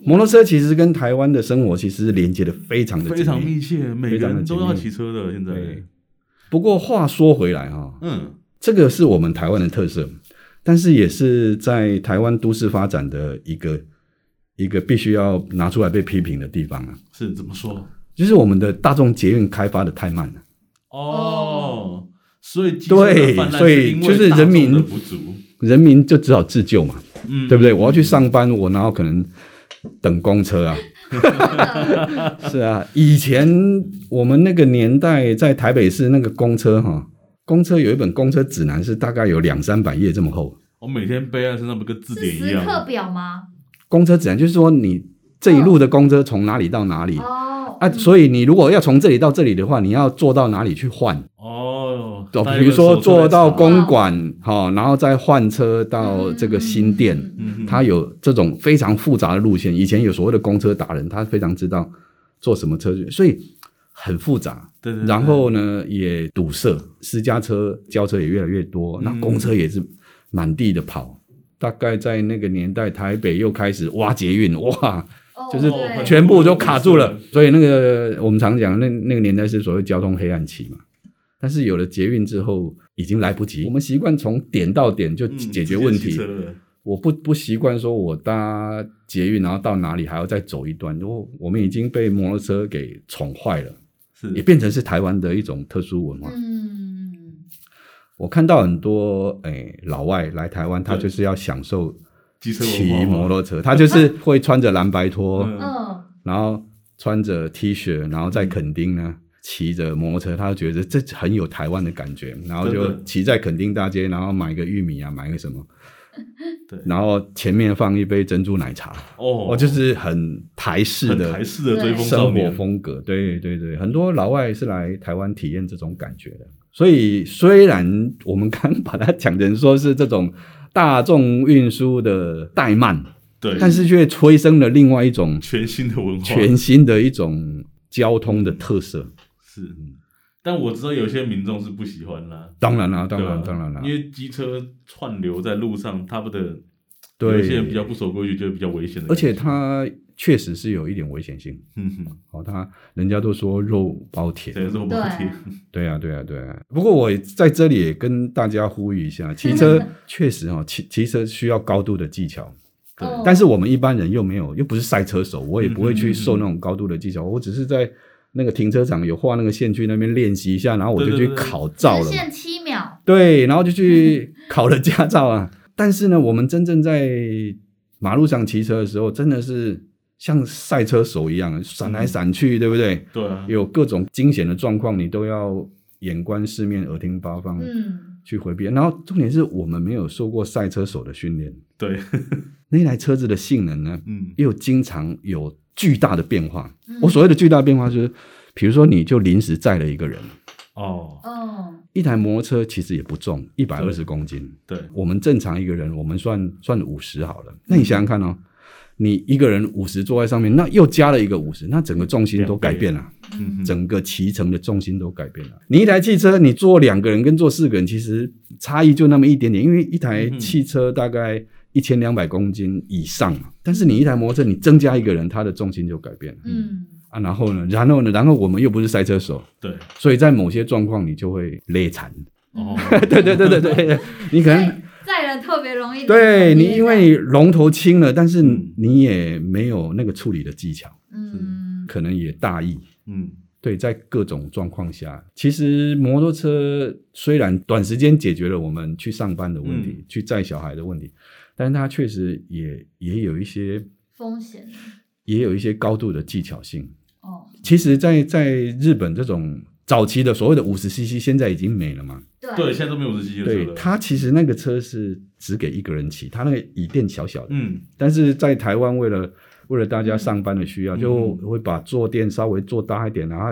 [SPEAKER 3] 摩托车其实跟台湾的生活其实是连接的非常的
[SPEAKER 1] 非常
[SPEAKER 3] 紧密。
[SPEAKER 1] 密切，每个
[SPEAKER 3] 非常
[SPEAKER 1] 人
[SPEAKER 3] 的
[SPEAKER 1] 都要
[SPEAKER 3] 紧
[SPEAKER 1] 骑车的，现在，
[SPEAKER 3] 对不过话说回来哈、
[SPEAKER 1] 嗯，
[SPEAKER 3] 这个是我们台湾的特色，但是也是在台湾都市发展的一个一个必须要拿出来被批评的地方啊，
[SPEAKER 1] 是怎么说？
[SPEAKER 3] 就是我们的大众捷运开发的太慢了。
[SPEAKER 1] 哦，所以机车的
[SPEAKER 3] 对
[SPEAKER 1] 泛滥
[SPEAKER 3] 所以
[SPEAKER 1] 因为
[SPEAKER 3] 就是
[SPEAKER 1] 大
[SPEAKER 3] 人
[SPEAKER 1] 众
[SPEAKER 3] 民
[SPEAKER 1] 的不足，
[SPEAKER 3] 人民就只好自救嘛，
[SPEAKER 1] 嗯，
[SPEAKER 3] 对不对？我要去上班，我哪有可能等公车啊？ 是啊，以前我们那个年代在台北市那个公车哈、公车有一本公车指南是大概有两三百页这么厚，
[SPEAKER 1] 我每天背在身上，不跟字
[SPEAKER 2] 是
[SPEAKER 1] 典一
[SPEAKER 2] 时刻
[SPEAKER 1] 样。
[SPEAKER 2] 表吗？
[SPEAKER 3] 公车指南就是说你这一路的公车从哪里到哪里，
[SPEAKER 2] 哦，
[SPEAKER 3] 啊，所以你如果要从这里到这里的话，你要坐到哪里去换？
[SPEAKER 1] 哦，
[SPEAKER 3] 哦，
[SPEAKER 1] 大家
[SPEAKER 3] 比如
[SPEAKER 1] 有时
[SPEAKER 3] 说
[SPEAKER 1] 候都在
[SPEAKER 3] 坐到
[SPEAKER 1] 查
[SPEAKER 3] 公馆，好、然后再换车到这个新店，
[SPEAKER 1] 嗯哼
[SPEAKER 3] 它有这种非常复杂的路线。以前有所谓的公车达人，他非常知道坐什么车去，所以很复杂。
[SPEAKER 1] 对对对
[SPEAKER 3] 然后呢，也堵塞，私家车、轿车也越来越多，那
[SPEAKER 1] 嗯
[SPEAKER 3] 公车也是满地的跑。大概在那个年代，台北又开始挖捷运，哇，
[SPEAKER 2] 哦
[SPEAKER 3] 就是
[SPEAKER 2] 对
[SPEAKER 3] 全部都卡住了
[SPEAKER 1] 对。
[SPEAKER 3] 所以那个我们常讲，那那个年代是所谓交通黑暗期嘛。但是有了捷运之后，已经来不及。我们习惯从点到点就
[SPEAKER 1] 嗯
[SPEAKER 3] 解决问
[SPEAKER 1] 直接骑
[SPEAKER 3] 题，
[SPEAKER 1] 车了
[SPEAKER 3] 我不不习惯说我搭捷运，然后到哪里还要再走一段。如果我们已经被摩托车给宠坏了，也
[SPEAKER 1] 是
[SPEAKER 3] 变成是台湾的一种特殊文化。
[SPEAKER 2] 嗯，
[SPEAKER 3] 我看到很多诶、老外来台湾，他
[SPEAKER 1] 对
[SPEAKER 3] 就是要享受
[SPEAKER 1] 机车
[SPEAKER 3] 骑
[SPEAKER 1] 文化
[SPEAKER 3] 摩托车，他就是会穿着蓝白拖，
[SPEAKER 1] 嗯
[SPEAKER 2] 嗯，
[SPEAKER 3] 然后穿着 T 恤，然后在垦丁呢骑着摩托车，他就觉得这很有台湾的感觉，然后
[SPEAKER 1] 真
[SPEAKER 3] 就
[SPEAKER 1] 的
[SPEAKER 3] 骑在垦丁大街，然后买个玉米啊，买个什么，
[SPEAKER 1] 对
[SPEAKER 3] 然后前面放一杯珍珠奶茶，
[SPEAKER 1] 哦，
[SPEAKER 3] 哦，就是很台式
[SPEAKER 1] 很
[SPEAKER 3] 的
[SPEAKER 1] 台式的追风少
[SPEAKER 3] 生活
[SPEAKER 1] 年，
[SPEAKER 3] 风格，对对对，很多老外是来台湾体验这种感觉的。所以虽然我们刚把它讲成说是这种大众运输的怠慢，
[SPEAKER 1] 对，
[SPEAKER 3] 但是却催生了另外一种
[SPEAKER 1] 全新的文化，
[SPEAKER 3] 全新的一种交通的特色。
[SPEAKER 1] 是。嗯但我知道有些民众是不喜欢啦，
[SPEAKER 3] 当然啦、当
[SPEAKER 1] 对
[SPEAKER 3] 然
[SPEAKER 1] 吧
[SPEAKER 3] 当然啦、
[SPEAKER 1] 因为机车串流在路上，他们的有一些人比
[SPEAKER 3] 对
[SPEAKER 1] 较，不守规矩，就比较危险的感
[SPEAKER 3] 而
[SPEAKER 1] 觉。
[SPEAKER 3] 且它确实是有一点危险性。
[SPEAKER 1] 嗯哼，
[SPEAKER 3] 哦，它人家都说肉包铁，
[SPEAKER 1] 等于说我们
[SPEAKER 2] 对
[SPEAKER 3] 对啊，对啊，对啊。不过我在这里也跟大家呼吁一下，骑车确实哈、哦，骑骑车需要高度的技巧。
[SPEAKER 1] 对
[SPEAKER 2] 哦
[SPEAKER 3] 但是我们一般人又没有，又不是赛车手，我也不
[SPEAKER 1] 嗯
[SPEAKER 3] 会
[SPEAKER 1] 嗯嗯
[SPEAKER 3] 去
[SPEAKER 1] 嗯
[SPEAKER 3] 受那种高度的技巧。我只是在那个停车场有画那个线去那边练习一下，然后我就
[SPEAKER 1] 对对
[SPEAKER 3] 去
[SPEAKER 1] 对对
[SPEAKER 3] 考照了
[SPEAKER 2] 直
[SPEAKER 3] 嘛。
[SPEAKER 2] 线七秒，
[SPEAKER 3] 对，然后就去考了驾照啊。但是呢，我们真正在马路上骑车的时候，真的是像赛车手一样闪来闪去，对不对？
[SPEAKER 1] 对啊，
[SPEAKER 3] 有各种惊险的状况，你都要眼观四面，耳听八方、
[SPEAKER 2] 嗯，
[SPEAKER 3] 去回避。然后重点是我们没有受过赛车手的训练，
[SPEAKER 1] 对，
[SPEAKER 3] 那台车子的性能呢，
[SPEAKER 1] 嗯，
[SPEAKER 3] 又经常有巨大的变化。
[SPEAKER 2] 嗯
[SPEAKER 3] 我所谓的巨大变化就是，比如说你就临时载了一个人，
[SPEAKER 1] 哦，
[SPEAKER 2] 哦，
[SPEAKER 3] 一台摩托车其实也不重，一百二
[SPEAKER 1] 对
[SPEAKER 3] 十公斤。
[SPEAKER 1] 对，
[SPEAKER 3] 我们正常一个人，我们算算五十好了。那你想想看哦，你一个人五十坐在上面，那又加了一个五十，那整个重心都改变了。
[SPEAKER 1] 嗯哼，
[SPEAKER 3] 整个骑乘的重心都改变了。你一台汽车，你坐两个人跟坐四个人，其实差异就那么一点点，因为一台
[SPEAKER 1] 嗯
[SPEAKER 3] 汽车大概一千两百公斤以上嘛。但是你一台摩托车，你增加一个人，它的重心就改变了
[SPEAKER 2] 嗯，
[SPEAKER 3] 啊。然后呢，然后呢，然后我们又不是赛车手，
[SPEAKER 1] 对，
[SPEAKER 3] 所以在某些状况你就会累残。
[SPEAKER 1] 哦，
[SPEAKER 3] 对对对对对， 你可能
[SPEAKER 2] 对，载嗯人特别容易，
[SPEAKER 3] 对你因为你龙头轻了，但是
[SPEAKER 1] 嗯
[SPEAKER 3] 你也没有那个处理的技巧，
[SPEAKER 2] 嗯，
[SPEAKER 3] 可能也大意。
[SPEAKER 1] 嗯，
[SPEAKER 3] 对，在各种状况下，其实摩托车虽然短时间解决了我们去上班的问题、
[SPEAKER 1] 嗯
[SPEAKER 3] 去载小孩的问题，但是它确实也也有一些
[SPEAKER 2] 风险
[SPEAKER 3] 也有一些高度的技巧性。
[SPEAKER 2] 哦，
[SPEAKER 3] 其实在，在日本这种早期的所谓的五十 CC，现在已经没了嘛。
[SPEAKER 2] 对啊
[SPEAKER 1] 对，现在都没有这些车
[SPEAKER 3] 对，
[SPEAKER 1] 了。
[SPEAKER 3] 它其实那个车是只给一个人骑，它那个椅垫小小的，
[SPEAKER 1] 嗯，
[SPEAKER 3] 但是在台湾为了为了大家上班的需要，
[SPEAKER 1] 嗯
[SPEAKER 3] 就会把坐垫稍微做大一点，然后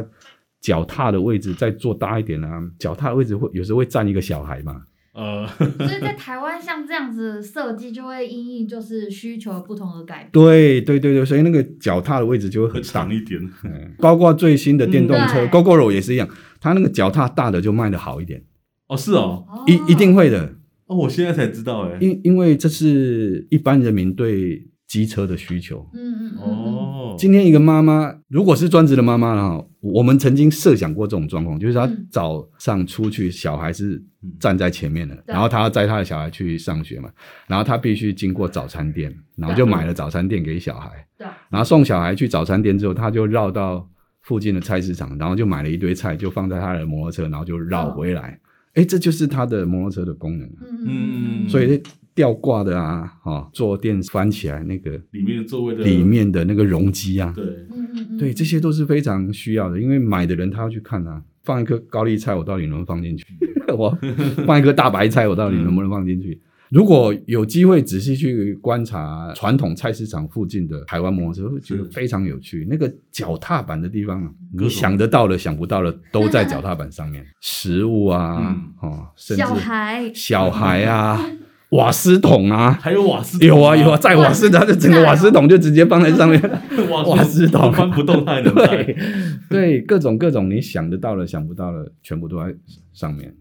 [SPEAKER 3] 脚踏的位置再做大一点啊。脚踏的位置会有时候会站一个小孩嘛，
[SPEAKER 1] 呃，
[SPEAKER 2] 所以在台湾像这样子设计，就会因应就是需求不同的改变。
[SPEAKER 3] 对对对对，所以那个脚踏的位置就会
[SPEAKER 1] 会
[SPEAKER 3] 很
[SPEAKER 1] 长
[SPEAKER 3] 大。
[SPEAKER 1] 一点，
[SPEAKER 3] 嗯包括最新的电动车、
[SPEAKER 2] 嗯对
[SPEAKER 3] GoGoRo 也是一样，它那个脚踏大的就卖的好一点，
[SPEAKER 1] 哦，是哦，
[SPEAKER 2] 哦
[SPEAKER 3] 一一定会的，
[SPEAKER 1] 哦，我现在才知道，哎，
[SPEAKER 3] 因因为这是一般人民对机车的需求。
[SPEAKER 2] 嗯嗯嗯嗯
[SPEAKER 1] 哦，
[SPEAKER 3] 今天一个妈妈，如果是专职的妈妈了哈，我们曾经设想过这种状况，就是她
[SPEAKER 2] 嗯
[SPEAKER 3] 早上出去，小孩是
[SPEAKER 1] 嗯
[SPEAKER 3] 站在前面的，
[SPEAKER 2] 对
[SPEAKER 3] 然后她要载她的小孩去上学嘛，然后她必须经过早餐店，然后就买了早餐店给小孩，
[SPEAKER 2] 对
[SPEAKER 3] 然后送小孩去早餐店之后，她就绕到附近的菜市场，然后就买了一堆菜，就放在她的摩托车，然后就绕回
[SPEAKER 2] 哦
[SPEAKER 3] 来。哎、这就是她的摩托车的功能，
[SPEAKER 2] 嗯嗯嗯，
[SPEAKER 3] 所以吊挂的啊，哦，坐垫翻起来那个
[SPEAKER 1] 里面的座位的
[SPEAKER 3] 里，面的那个容积啊，
[SPEAKER 1] 对，
[SPEAKER 2] 嗯嗯嗯
[SPEAKER 3] 对，这些都是非常需要的，因为买的人他要去看啊，放一颗高丽菜，我到底能不能放进去？ 我放一颗大白菜，我
[SPEAKER 1] 嗯
[SPEAKER 3] 到底能不能放进去？如果有机会仔细去观察传统菜市场附近的台湾摩托车，会觉得
[SPEAKER 1] 是
[SPEAKER 3] 非常有趣。那个脚踏板的地方啊，
[SPEAKER 1] 各种
[SPEAKER 3] 你想得到的、想不到的都在脚踏板上面，食物啊
[SPEAKER 1] 嗯，
[SPEAKER 3] 哦，甚至
[SPEAKER 2] 小孩
[SPEAKER 3] 小孩啊，瓦斯桶啊，
[SPEAKER 1] 还有瓦斯桶，
[SPEAKER 3] 有啊有啊，在 瓦斯桶，它就整个瓦斯桶就直接放在上面。
[SPEAKER 1] 瓦
[SPEAKER 3] 瓦斯桶
[SPEAKER 1] 翻不动，它还 能带，
[SPEAKER 3] 对对，各种各种你想得到的、想不到的，全部都在上面，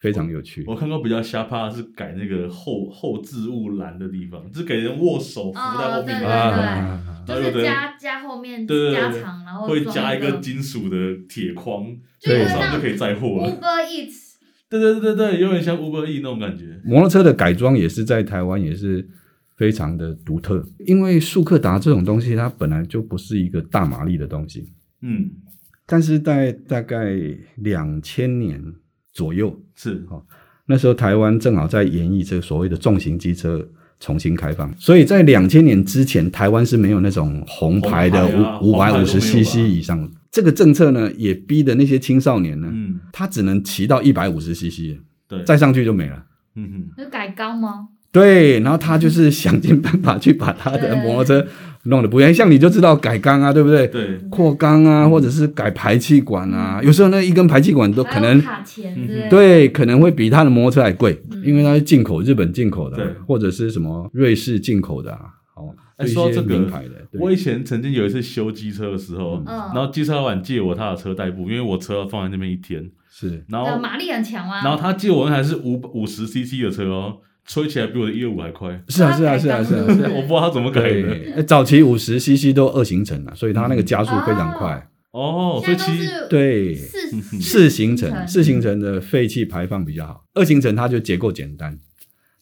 [SPEAKER 3] 非常有趣。
[SPEAKER 1] 我看过比较瞎趴的是改那个后后置物栏的地方，就是给人握手扶在后面
[SPEAKER 2] 对
[SPEAKER 1] 的
[SPEAKER 2] 哦
[SPEAKER 1] 地方，
[SPEAKER 3] 啊，
[SPEAKER 2] 就是加加后面
[SPEAKER 1] 对对
[SPEAKER 2] 加
[SPEAKER 1] 对
[SPEAKER 2] 长，然后
[SPEAKER 1] 会
[SPEAKER 2] 装
[SPEAKER 1] 加一个
[SPEAKER 2] 个
[SPEAKER 1] 金属的铁框，
[SPEAKER 2] 就
[SPEAKER 3] 有
[SPEAKER 1] 手
[SPEAKER 3] 点
[SPEAKER 1] 上
[SPEAKER 2] 像
[SPEAKER 1] 就可以载货了。
[SPEAKER 2] Uber Eats，
[SPEAKER 1] 对对对对对，有点像 Uber E 那种感觉。
[SPEAKER 3] 摩托车的改装也是在台湾也是非常的独特，因为速克达这种东西它本来就不是一个大马力的东西，
[SPEAKER 1] 嗯，
[SPEAKER 3] 但是在大概两千年左右，
[SPEAKER 1] 是，
[SPEAKER 3] 那时候台湾正好在演绎这个所谓的重型机车重新开放，所以在两千年之前，台湾是没有那种红牌的
[SPEAKER 1] 红牌啊
[SPEAKER 3] 五五
[SPEAKER 1] 红牌
[SPEAKER 3] 百
[SPEAKER 1] 都没有
[SPEAKER 3] 五十
[SPEAKER 1] 吧
[SPEAKER 3] CC 以上。这个政策呢，也逼得那些青少年呢，
[SPEAKER 1] 嗯，
[SPEAKER 3] 他只能骑到一百五十 CC，
[SPEAKER 1] 对，
[SPEAKER 3] 再上去就没了。
[SPEAKER 1] 嗯
[SPEAKER 2] 有改高吗？
[SPEAKER 3] 对，然后他就是 想尽办法去把他的
[SPEAKER 2] 对
[SPEAKER 3] 摩托车弄得不一样，像你就知道改缸啊，对不对？
[SPEAKER 1] 哼，对，
[SPEAKER 3] 扩缸啊，或者是改排气管啊，有时候那一根排气管都可
[SPEAKER 2] 还有
[SPEAKER 3] 能
[SPEAKER 2] 卡钳
[SPEAKER 1] 嗯
[SPEAKER 2] 之类的，
[SPEAKER 3] 对，可能会比他的摩托车还贵，
[SPEAKER 2] 嗯
[SPEAKER 3] 因为它是进口日本进口的啊、
[SPEAKER 1] 对
[SPEAKER 3] 或者是什么瑞士进口的啊，哦，
[SPEAKER 1] 哎
[SPEAKER 3] 就一
[SPEAKER 1] 说到
[SPEAKER 3] 些
[SPEAKER 1] 这个
[SPEAKER 3] 名牌的，对
[SPEAKER 1] 我以前曾经有一次修机车的时候，
[SPEAKER 2] 嗯
[SPEAKER 1] 然后机车老板借我他的车代步，因为我车放在那边一天，
[SPEAKER 3] 是
[SPEAKER 1] 然
[SPEAKER 2] 对，
[SPEAKER 1] 后
[SPEAKER 2] 马力很强啊。
[SPEAKER 1] 然后他借我那台是五五十 CC 的车哦，吹起来比我的一二五还快，
[SPEAKER 3] 是啊是啊
[SPEAKER 2] 改
[SPEAKER 3] 是啊
[SPEAKER 2] 缸
[SPEAKER 3] 是啊
[SPEAKER 2] 是
[SPEAKER 3] 是
[SPEAKER 2] 不
[SPEAKER 3] 啊
[SPEAKER 2] 是，
[SPEAKER 1] 我不知道他怎么改 的。
[SPEAKER 3] 对，哎早期五十 CC 都二行程啊，所以它那个加速非常快，
[SPEAKER 1] 哦，所
[SPEAKER 2] 现
[SPEAKER 1] 以
[SPEAKER 2] 在都
[SPEAKER 1] 其实
[SPEAKER 2] 是
[SPEAKER 3] 对。啊
[SPEAKER 2] 四
[SPEAKER 3] 四行
[SPEAKER 2] 行
[SPEAKER 3] 程，四行程的废气排放比较好，二行程它就结构简单，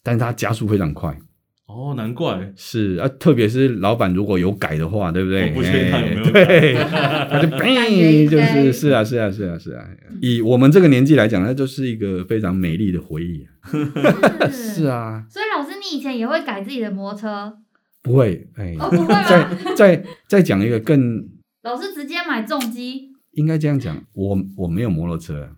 [SPEAKER 3] 但是它加速非常快。
[SPEAKER 1] 哦，难怪
[SPEAKER 3] 是啊，特别是老板如果有改的话，对不
[SPEAKER 1] 我
[SPEAKER 3] 对？
[SPEAKER 1] 哦不确定他有没有
[SPEAKER 3] 哎对， 他就砰，就是是啊，是啊，是啊，是啊。以我们这个年纪来讲，那就是一个非常美丽的回忆。啊
[SPEAKER 2] 嗯
[SPEAKER 3] 是。啊，
[SPEAKER 2] 所以老师，你以前也会改自己的摩托车？
[SPEAKER 3] 不会，哎，
[SPEAKER 2] 哦，不会
[SPEAKER 3] 再
[SPEAKER 2] 吗？
[SPEAKER 3] 再再讲一个更
[SPEAKER 2] 老师直接买重机，
[SPEAKER 3] 应该这样讲，我我没有摩托车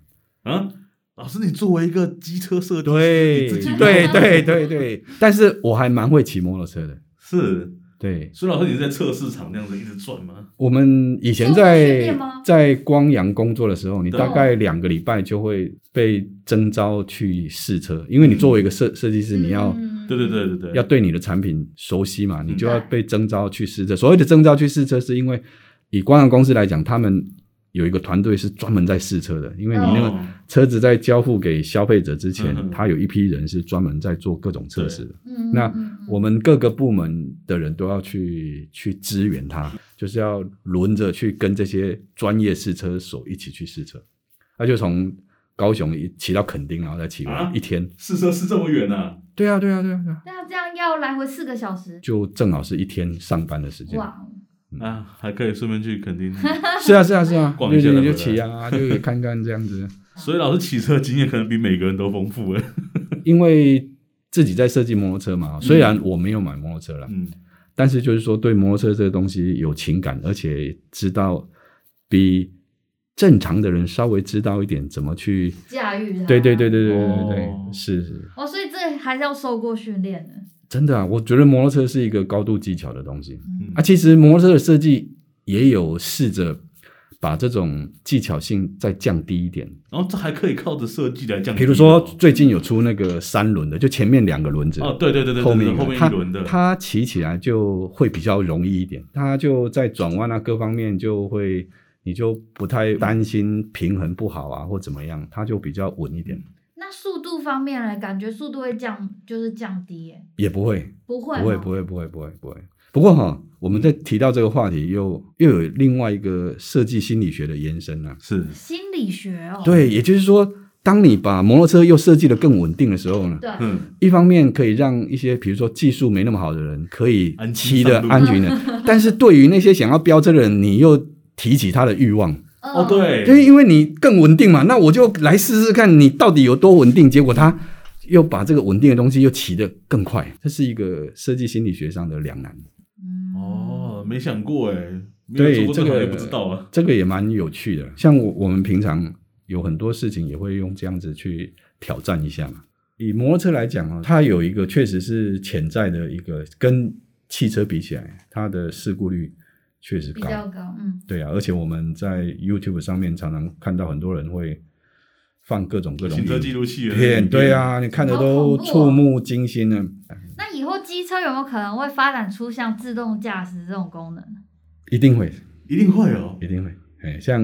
[SPEAKER 3] 啊，
[SPEAKER 1] 啊，老师，你作为一个机车设计师，
[SPEAKER 3] 对
[SPEAKER 1] 你自己没有
[SPEAKER 3] 对对对对，但是我还蛮会骑摩托车的。
[SPEAKER 1] 是，
[SPEAKER 3] 对，
[SPEAKER 1] 所以老师你是在测试场那样子一直转吗？
[SPEAKER 3] 我们以前
[SPEAKER 2] 是我们训
[SPEAKER 3] 在
[SPEAKER 2] 练吗
[SPEAKER 3] 在光阳工作的时候，你
[SPEAKER 1] 对
[SPEAKER 3] 大概两个礼拜就会被征召去试车，因为你作为一个设设计师，你要
[SPEAKER 2] 嗯
[SPEAKER 1] 对对对对对，
[SPEAKER 3] 要对你的产品熟悉嘛，你就要
[SPEAKER 2] 对
[SPEAKER 3] 被征召去试车。所谓的征召去试车，是因为以光阳公司来讲，他们有一个团队是专门在试车的，因为你那个
[SPEAKER 1] 哦
[SPEAKER 3] 车子在交付给消费者之前
[SPEAKER 1] 嗯哼，
[SPEAKER 3] 他有一批人是专门在做各种测试的。
[SPEAKER 2] 嗯
[SPEAKER 3] 那
[SPEAKER 2] 嗯嗯
[SPEAKER 3] 我们各个部门的人都要去去支援他，就是要轮着去跟这些专业试车手一起去试车。他就从高雄一骑到垦丁，然后再骑回来、
[SPEAKER 1] 啊
[SPEAKER 3] 一天。
[SPEAKER 1] 试车是这么远啊？
[SPEAKER 3] 对啊，对啊，对啊，对啊，
[SPEAKER 2] 那这样要来回四个小时，
[SPEAKER 3] 就正好是一天上班的时间。
[SPEAKER 2] 哇！
[SPEAKER 3] 嗯
[SPEAKER 1] 啊，还可以顺便去垦丁。
[SPEAKER 3] 是啊，是啊，是啊，
[SPEAKER 1] 逛
[SPEAKER 3] 就
[SPEAKER 1] 一下
[SPEAKER 3] 是
[SPEAKER 1] 再
[SPEAKER 3] 就
[SPEAKER 1] 回
[SPEAKER 3] 骑 啊，就可以看看这样子。
[SPEAKER 1] 所以老师骑车经验可能比每个人都丰富哎。
[SPEAKER 3] 因为自己在设计摩托车嘛，虽然我没有买摩托车啦，
[SPEAKER 1] 嗯，
[SPEAKER 3] 但是就是说对摩托车这个东西有情感，而且知道比正常的人稍微知道一点怎么去。
[SPEAKER 2] 驾驭它。
[SPEAKER 3] 对对对对对对对，
[SPEAKER 1] 哦
[SPEAKER 3] 是是，
[SPEAKER 2] 哦，所以这还是要受过训练的。
[SPEAKER 3] 真的啊，我觉得摩托车是一个高度技巧的东西
[SPEAKER 1] 嗯
[SPEAKER 3] 啊。其实摩托车的设计也有试着把这种技巧性再降低一点，
[SPEAKER 1] 然后这还可以靠着设计来降低哦。
[SPEAKER 3] 比如说最近有出那个三轮的，就前面两个轮子
[SPEAKER 1] 哦，对对对对，
[SPEAKER 3] 后
[SPEAKER 1] 对
[SPEAKER 3] 面
[SPEAKER 1] 对后面
[SPEAKER 3] 它
[SPEAKER 1] 一轮的，
[SPEAKER 3] 它骑起来啊就会比较容易一点，它就在转弯啊各方面就会，你就不太担心平衡不好啊或怎么样，它就比较稳一点，
[SPEAKER 1] 嗯
[SPEAKER 2] 那速度方面呢？感觉速度会降，就是降低耶，
[SPEAKER 3] 也不会，
[SPEAKER 2] 不会
[SPEAKER 3] 不会，
[SPEAKER 2] 吗
[SPEAKER 3] 不会，不啊会，不会，不会。不过哈，我们在提到这个话题又，又有另外一个设计心理学的延伸啊。
[SPEAKER 1] 是
[SPEAKER 2] 心理学哦。
[SPEAKER 3] 对，也就是说，当你把摩托车又设计的更稳定的时候呢，
[SPEAKER 2] 对，
[SPEAKER 1] 嗯，
[SPEAKER 3] 一方面可以让一些比如说技术没那么好的人可以
[SPEAKER 1] 安心
[SPEAKER 3] 骑的
[SPEAKER 1] 上路
[SPEAKER 3] 安全 的，但是对于那些想要飙车的人，你又提起他的欲望，
[SPEAKER 1] 哦
[SPEAKER 2] 哦，
[SPEAKER 1] 对，
[SPEAKER 3] 就是因为你更稳定嘛，那我就来试试看你到底有多稳定。结果他又把这个稳定的东西又骑得更快，这是一个设计心理学上的两难，
[SPEAKER 2] 嗯
[SPEAKER 1] 哦，没想过哎，没有
[SPEAKER 3] 对
[SPEAKER 1] 做过
[SPEAKER 3] 这
[SPEAKER 1] 这个行
[SPEAKER 3] 个
[SPEAKER 1] 业不知道啊。
[SPEAKER 3] 这个也蛮有趣的。像我我们平常有很多事情也会用这样子去挑战一下嘛。以摩托车来讲啊，它有一个确实是潜在的一个跟汽车比起来，它的事故率确实
[SPEAKER 2] 比
[SPEAKER 3] 高。
[SPEAKER 2] 较高，嗯，
[SPEAKER 3] 对啊，而且我们在 YouTube 上面常常看到很多人会放各种各种
[SPEAKER 1] 行车
[SPEAKER 3] 影
[SPEAKER 1] 记录器的
[SPEAKER 3] 片，
[SPEAKER 1] 影片
[SPEAKER 3] 对，啊，你看的
[SPEAKER 2] 好恐
[SPEAKER 3] 都
[SPEAKER 2] 怖哦
[SPEAKER 3] 触目惊心呢。
[SPEAKER 2] 那以后机车有没有可能会发展出像自动驾驶这种功能？
[SPEAKER 3] 一定会，
[SPEAKER 1] 一定会哦。
[SPEAKER 3] 一定会。哎，像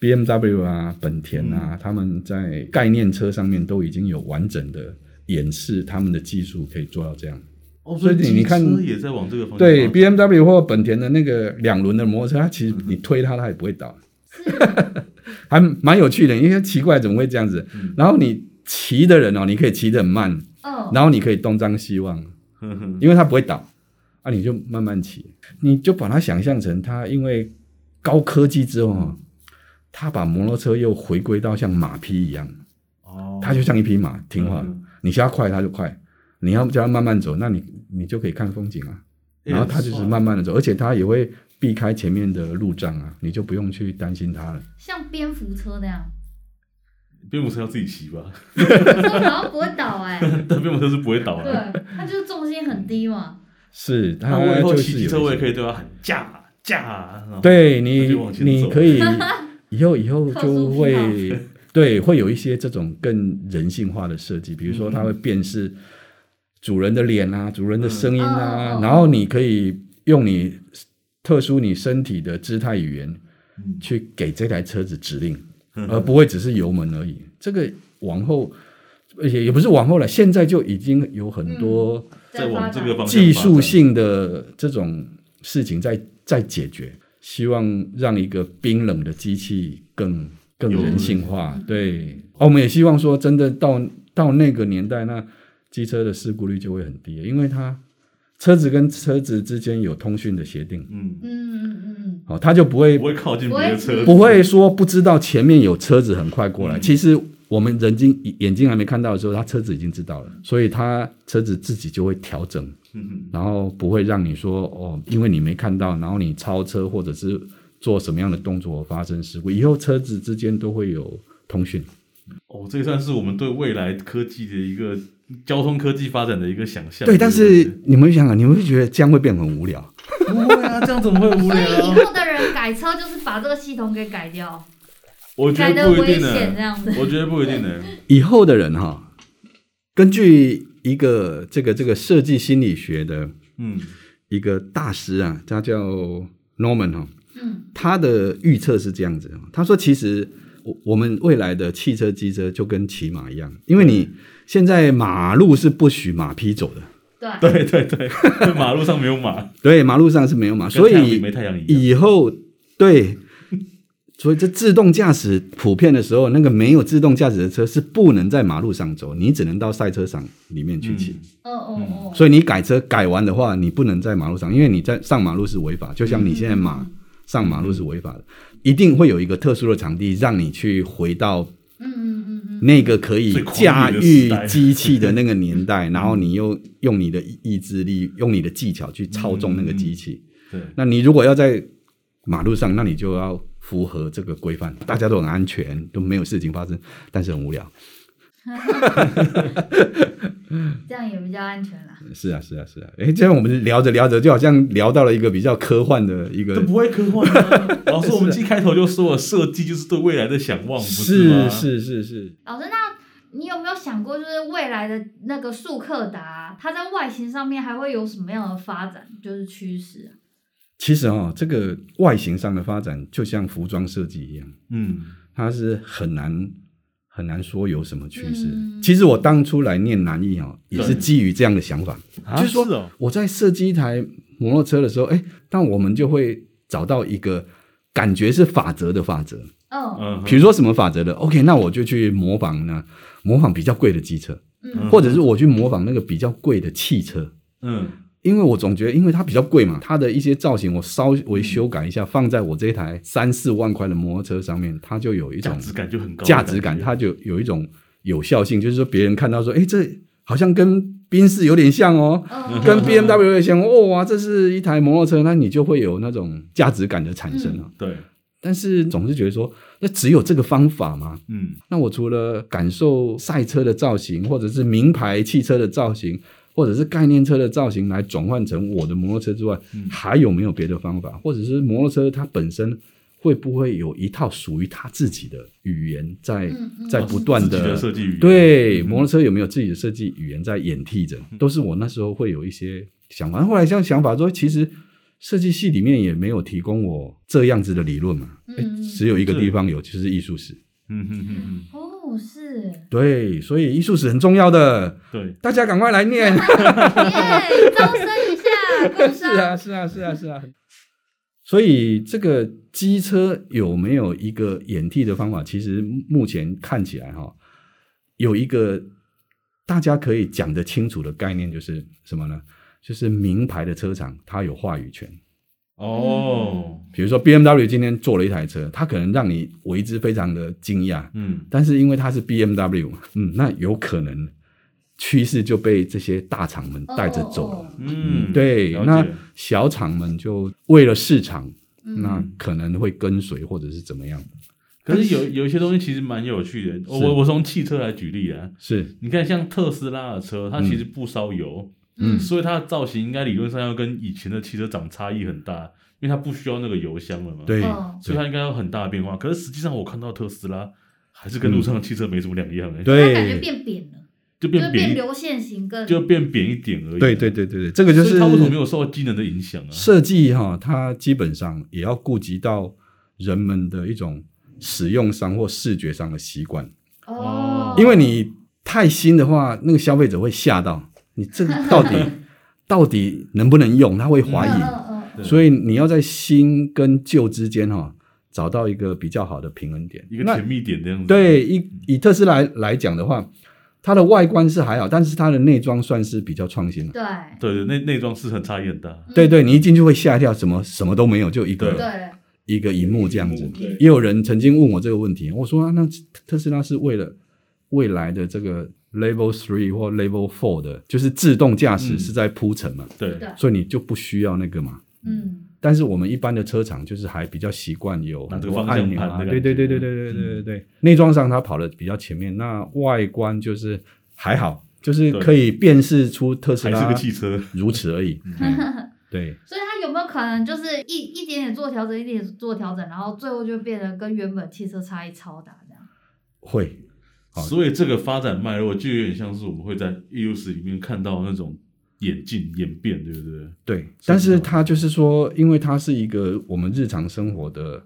[SPEAKER 3] BMW 啊、本田啊，他们在概念车上面都已经有完整的演示他们的技术，可以做到这样。
[SPEAKER 1] 哦，
[SPEAKER 3] 所以
[SPEAKER 1] 机
[SPEAKER 3] 你看
[SPEAKER 1] 车也在往这个方向
[SPEAKER 3] 对
[SPEAKER 1] 发展
[SPEAKER 3] BMW 或本田的那个两轮的摩托车，它其实你推它，它也不会倒， 还蛮有趣的。因为奇怪怎么会这样子？
[SPEAKER 1] 嗯
[SPEAKER 3] 然后你骑的人哦，你可以骑得很慢，
[SPEAKER 2] 嗯，
[SPEAKER 3] 然后你可以东张西望，
[SPEAKER 1] 哼哼
[SPEAKER 3] 因为它不会倒，啊，你就慢慢骑，你就把它想象成它因为高科技之后哦，它把摩托车又回归到像马匹一样，
[SPEAKER 1] 哦，
[SPEAKER 3] 它就像一匹马，听话的
[SPEAKER 1] 嗯
[SPEAKER 3] 你叫它快它就快，你要叫它慢慢走，那你你就可以看风景啊。然后
[SPEAKER 1] 哎
[SPEAKER 3] 它就是慢慢的走，而且它也会避开前面的路障啊，你就不用去担心它了。
[SPEAKER 2] 像蝙蝠车那样，
[SPEAKER 1] 蝙蝠车要自己骑吧，
[SPEAKER 2] 蝙蝠车好像不会倒哎、
[SPEAKER 1] 但蝙蝠车是不会倒啊的。
[SPEAKER 2] 对，它就是重心很 低嘛。
[SPEAKER 3] 是，它
[SPEAKER 1] 那我以后
[SPEAKER 3] 就
[SPEAKER 1] 骑
[SPEAKER 3] 是
[SPEAKER 1] 机
[SPEAKER 3] 有
[SPEAKER 1] 车，我也
[SPEAKER 3] 一些
[SPEAKER 1] 可以对它喊驾驾。然后，
[SPEAKER 3] 对
[SPEAKER 1] 啊那
[SPEAKER 3] 你
[SPEAKER 1] 就往，前
[SPEAKER 3] 你
[SPEAKER 1] 走
[SPEAKER 3] 可 以以后以后
[SPEAKER 2] 特
[SPEAKER 3] 就
[SPEAKER 2] 殊癖
[SPEAKER 3] 会对， 会有一些这种更人性化的设计，比如说它
[SPEAKER 1] 嗯
[SPEAKER 3] 会辨识主人的脸啊、主人的声音
[SPEAKER 2] 嗯哦哦
[SPEAKER 3] 啊
[SPEAKER 2] 哦，
[SPEAKER 3] 然后你可以用你特殊你身体的姿态语言
[SPEAKER 1] 嗯
[SPEAKER 3] 去给这台车子指令，而不会只是油门而已。这个往后，而且也不是往后了，现在就已经有很
[SPEAKER 2] 嗯
[SPEAKER 3] 多
[SPEAKER 1] 再往这个方向
[SPEAKER 3] 技术
[SPEAKER 1] 发展
[SPEAKER 3] 性的这种事情在在解决，希望让一个冰冷的机器更更
[SPEAKER 1] 有
[SPEAKER 3] 人性化。对，哦，我们也希望说，真的到到那个年代，那机车的事故率就会很低，因为它车子跟车子之间有通讯的协定，
[SPEAKER 1] 嗯，
[SPEAKER 2] 嗯嗯嗯，
[SPEAKER 3] 哦，它就不会
[SPEAKER 1] 不会嗯靠近别的车，
[SPEAKER 3] 不会说不知道前面有车子很快过来。其实我们人睛眼睛还没看到的时候，它车子已经知道了，所以它车子自己就会调整。
[SPEAKER 1] 嗯，
[SPEAKER 3] 然后不会让你说哦，因为你没看到，然后你超车或者是做什么样的动作发生事故，以后车子之间都会有通讯。
[SPEAKER 1] 哦，这也算是我们对未来科技的一个交通科技发展的一个想象。
[SPEAKER 3] 对，但是你们想想，你们会觉得这样会变很无聊。
[SPEAKER 1] 不会啊，这样怎么会无
[SPEAKER 2] 所以以
[SPEAKER 1] 聊？
[SPEAKER 2] 后的人改车就是把这个系统给改掉，
[SPEAKER 1] 我觉
[SPEAKER 2] 改
[SPEAKER 1] 得
[SPEAKER 2] 的
[SPEAKER 1] 不一
[SPEAKER 2] 危
[SPEAKER 1] 定
[SPEAKER 2] 险这
[SPEAKER 1] 呢，
[SPEAKER 2] 样子。
[SPEAKER 1] 我觉得不一定 呢。
[SPEAKER 3] 以后的人哈，根据一个这个这个设计心理学的
[SPEAKER 1] 嗯
[SPEAKER 3] 一个大师啊，他叫 Norman 哈、
[SPEAKER 2] 嗯
[SPEAKER 3] 他的预测是这样子，啊他说其实我我们未来的汽车、机车就跟骑马一样，因为你现在马路是不许马匹走的，
[SPEAKER 2] 对，
[SPEAKER 1] 对对对，对马路上没 有马，
[SPEAKER 3] 对，马路上是没有马，
[SPEAKER 1] 跟
[SPEAKER 3] 所
[SPEAKER 1] 太阳里没
[SPEAKER 3] 以
[SPEAKER 1] 太阳一样。嗯
[SPEAKER 3] 以后对， 所以这自动驾驶普遍的时候，那个没有自动驾驶的车是不能在马路上走，你只能到赛车场里面去骑。
[SPEAKER 1] 嗯
[SPEAKER 2] 哦哦哦，
[SPEAKER 3] 所以你改车改完的话，你不能在马路上，因为你在上马路是违法，就像你现在马、上马路是违法的，一定会有一个特殊的场地让你去回到
[SPEAKER 2] 嗯嗯嗯嗯，
[SPEAKER 3] 那个可以
[SPEAKER 1] 最狂
[SPEAKER 3] 驾
[SPEAKER 1] 野的时
[SPEAKER 3] 驭
[SPEAKER 1] 代
[SPEAKER 3] 机器的那个年代，然后你又用你的意志力、用你的技巧去操纵那个机器。
[SPEAKER 1] 对，
[SPEAKER 3] 那你如果要在马路上，那你就要符合这个规范，大家都很安全，都没有事情发生，但是很无聊。
[SPEAKER 2] 嗯这样也比较安全啦。
[SPEAKER 3] 是啊，是啊，是啊。诶，这样我们聊着聊着，就好像聊到了一个比较科幻的一
[SPEAKER 1] 这
[SPEAKER 3] 个。
[SPEAKER 1] 不会科幻啊！老师，我们一开头就说了，设计就是对未来的想哦望，不吗？
[SPEAKER 3] 是是是是，
[SPEAKER 2] 老师，那你有没有想过，就是未来的那个速克达，它在外形上面还会有什么样的发展，就是趋势啊？
[SPEAKER 3] 其实哦，这个外形上的发展就像服装设计一样，
[SPEAKER 1] 嗯，
[SPEAKER 3] 它是很难很难说有什么趋势。
[SPEAKER 2] 嗯
[SPEAKER 3] 其实我当初来念南艺哦，也是
[SPEAKER 1] 对
[SPEAKER 3] 基于这样的想法，
[SPEAKER 1] 啊
[SPEAKER 3] 就是说
[SPEAKER 1] 是哦
[SPEAKER 3] 我在设计一台摩托车的时候，哎，那我们就会找到一个感觉是法则的法则，
[SPEAKER 2] 嗯
[SPEAKER 1] 嗯，
[SPEAKER 3] 比如说什么法则的，OK，那我就去模仿呢，模仿比较贵的机车，
[SPEAKER 2] 嗯
[SPEAKER 3] 或者是我去模仿那个比较贵的汽车。
[SPEAKER 1] 嗯，
[SPEAKER 3] 因为我总觉得，因为它比较贵嘛，它的一些造型我稍微修改一下，放在我这台三四万块的摩托车上面，它就有一
[SPEAKER 1] 嗯价
[SPEAKER 3] 种
[SPEAKER 1] 值感就很高，
[SPEAKER 3] 价值感，它就有一种有效性，就是说别人看到说，哎，这好像跟宾士有点像哦，
[SPEAKER 2] 嗯，
[SPEAKER 3] 跟 B M W 有点像哦，哇，这是一台摩托车，那你就会有那种价值感的产生啊。
[SPEAKER 1] 对，
[SPEAKER 3] 但是总是觉得说，那只有这个方法吗？
[SPEAKER 1] 嗯
[SPEAKER 3] 那我除了感受赛车的造型，或者是名牌汽车的造型，或者是概念车的造型来转换成我的摩托车之外，还有没有别的方法？或者是摩托车它本身会不会有一套属于它自己的语言在
[SPEAKER 2] 嗯嗯
[SPEAKER 3] 在不断
[SPEAKER 1] 自己
[SPEAKER 3] 的
[SPEAKER 1] 的设计语言
[SPEAKER 3] 对，摩托车有没有自己的设计语言在演替着？都是我那时候会有一些想法。后来像想法说，其实设计系里面也没有提供我这样子的理论嘛，
[SPEAKER 2] 嗯
[SPEAKER 3] 诶
[SPEAKER 2] 嗯
[SPEAKER 3] 只有一个
[SPEAKER 1] 是
[SPEAKER 3] 地方有，就是艺术史。
[SPEAKER 1] 嗯嗯嗯嗯，
[SPEAKER 2] 哦，是，耶，
[SPEAKER 3] 对，所以艺术史很重要的，
[SPEAKER 1] 对，
[SPEAKER 3] 大家赶快来念。
[SPEAKER 2] 招生一下，工
[SPEAKER 3] 是
[SPEAKER 2] 商，
[SPEAKER 3] 啊，是啊，是啊，是啊。所以这个机车有没有一个演替的方法？其实目前看起来哈、有一个大家可以讲得清楚的概念，就是什么呢？就是名牌的车厂它有话语权，
[SPEAKER 1] 哦，
[SPEAKER 3] 比如说 B M W 今天做了一台车，它可能让你为之非常的惊讶，
[SPEAKER 1] 嗯
[SPEAKER 3] 但是因为它是 B M W，嗯，那有可能趋势就被这些大厂们带着走了。
[SPEAKER 2] 哦哦
[SPEAKER 1] 嗯，
[SPEAKER 3] 对，
[SPEAKER 1] 了
[SPEAKER 3] 那
[SPEAKER 1] 解
[SPEAKER 3] 小厂们就为了市场，
[SPEAKER 2] 嗯
[SPEAKER 3] 那可能会跟随或者是怎么样？
[SPEAKER 1] 可是有有一些东西其实蛮有趣的。我
[SPEAKER 3] 是
[SPEAKER 1] 我我从汽车来举例啊，
[SPEAKER 3] 是，
[SPEAKER 1] 你看像特斯拉的车，
[SPEAKER 3] 嗯
[SPEAKER 1] 它其实不烧油，
[SPEAKER 2] 嗯
[SPEAKER 1] 所以它的造型应该理论上要跟以前的汽车长差异很大，因为它不需要那个油箱了嘛。，
[SPEAKER 3] 对，
[SPEAKER 2] 哦
[SPEAKER 1] 所以它应该有很大的变化。可是实际上我看到特斯拉还是跟路上的汽车没什么两样、欸，
[SPEAKER 2] 它哦感觉
[SPEAKER 3] 嗯对，
[SPEAKER 2] 变扁了，
[SPEAKER 1] 就
[SPEAKER 2] 就是
[SPEAKER 1] 变
[SPEAKER 2] 变
[SPEAKER 1] 扁一，
[SPEAKER 2] 流线型跟
[SPEAKER 1] 就变扁一点而已。啊
[SPEAKER 3] 对，对，对，对，对，这个就
[SPEAKER 1] 所以
[SPEAKER 3] 是
[SPEAKER 1] 它为什么没有受到机能的影响啊？
[SPEAKER 3] 设计哈、它基本上也要顾及到人们的一种使用上或视觉上的习惯，
[SPEAKER 2] 哦，
[SPEAKER 3] 因为你太新的话，那个消费者会吓到，你这个到底 到底能不能用，他会怀
[SPEAKER 2] 嗯
[SPEAKER 3] 疑。
[SPEAKER 2] 嗯嗯
[SPEAKER 1] 对
[SPEAKER 3] 所以你要在新跟旧之间哈、找到一个比较好的平衡点。
[SPEAKER 1] 一个
[SPEAKER 3] 那
[SPEAKER 1] 甜蜜点这样子。，
[SPEAKER 3] 对，以以特斯拉来来讲的话，它的外观是还好，但是它的内装算是比较创新了。
[SPEAKER 2] 对
[SPEAKER 1] 对对，内内装是很差异很大。
[SPEAKER 3] 对对，你一进去会吓一跳，什么什么都没有，就一
[SPEAKER 1] 对
[SPEAKER 2] 嗯
[SPEAKER 3] 个
[SPEAKER 2] 对，
[SPEAKER 3] 一个荧幕这样子
[SPEAKER 1] 荧幕对。
[SPEAKER 3] 也有人曾经问我这个问题，我说、啊、那特斯拉是为了未来的这个 Level Three 或 Level Four 的，就是自动驾驶
[SPEAKER 1] 嗯
[SPEAKER 3] 是在铺陈嘛，
[SPEAKER 1] 对
[SPEAKER 2] 对
[SPEAKER 3] 所以你就不需要那个嘛。
[SPEAKER 2] 嗯
[SPEAKER 3] 但是我们一般的车厂就是还比较习惯有
[SPEAKER 1] 拿
[SPEAKER 3] 很
[SPEAKER 1] 这个
[SPEAKER 3] 多
[SPEAKER 1] 方向
[SPEAKER 3] 按钮啊，
[SPEAKER 1] 盘的
[SPEAKER 3] 对
[SPEAKER 1] 感
[SPEAKER 3] 对
[SPEAKER 1] 觉嗯
[SPEAKER 3] 对对对对对对对，内装上它跑的比较前面，那外观就是还好，就是可以辨识出特斯
[SPEAKER 1] 还是
[SPEAKER 3] 拉
[SPEAKER 1] 个汽车。
[SPEAKER 3] 如此而已。嗯 对，
[SPEAKER 2] 所以它有没有可能就是一一点点做调整，一点点做调整，然后最后就变得跟原本汽车差异超大这样？
[SPEAKER 3] 会好
[SPEAKER 1] 所以这个发展脉络就有点像是我们会在艺术史里面看到那种
[SPEAKER 3] 嗯
[SPEAKER 1] 演进演变，对不对？
[SPEAKER 3] 对，但是它就是说，因为它是一个我们日常生活的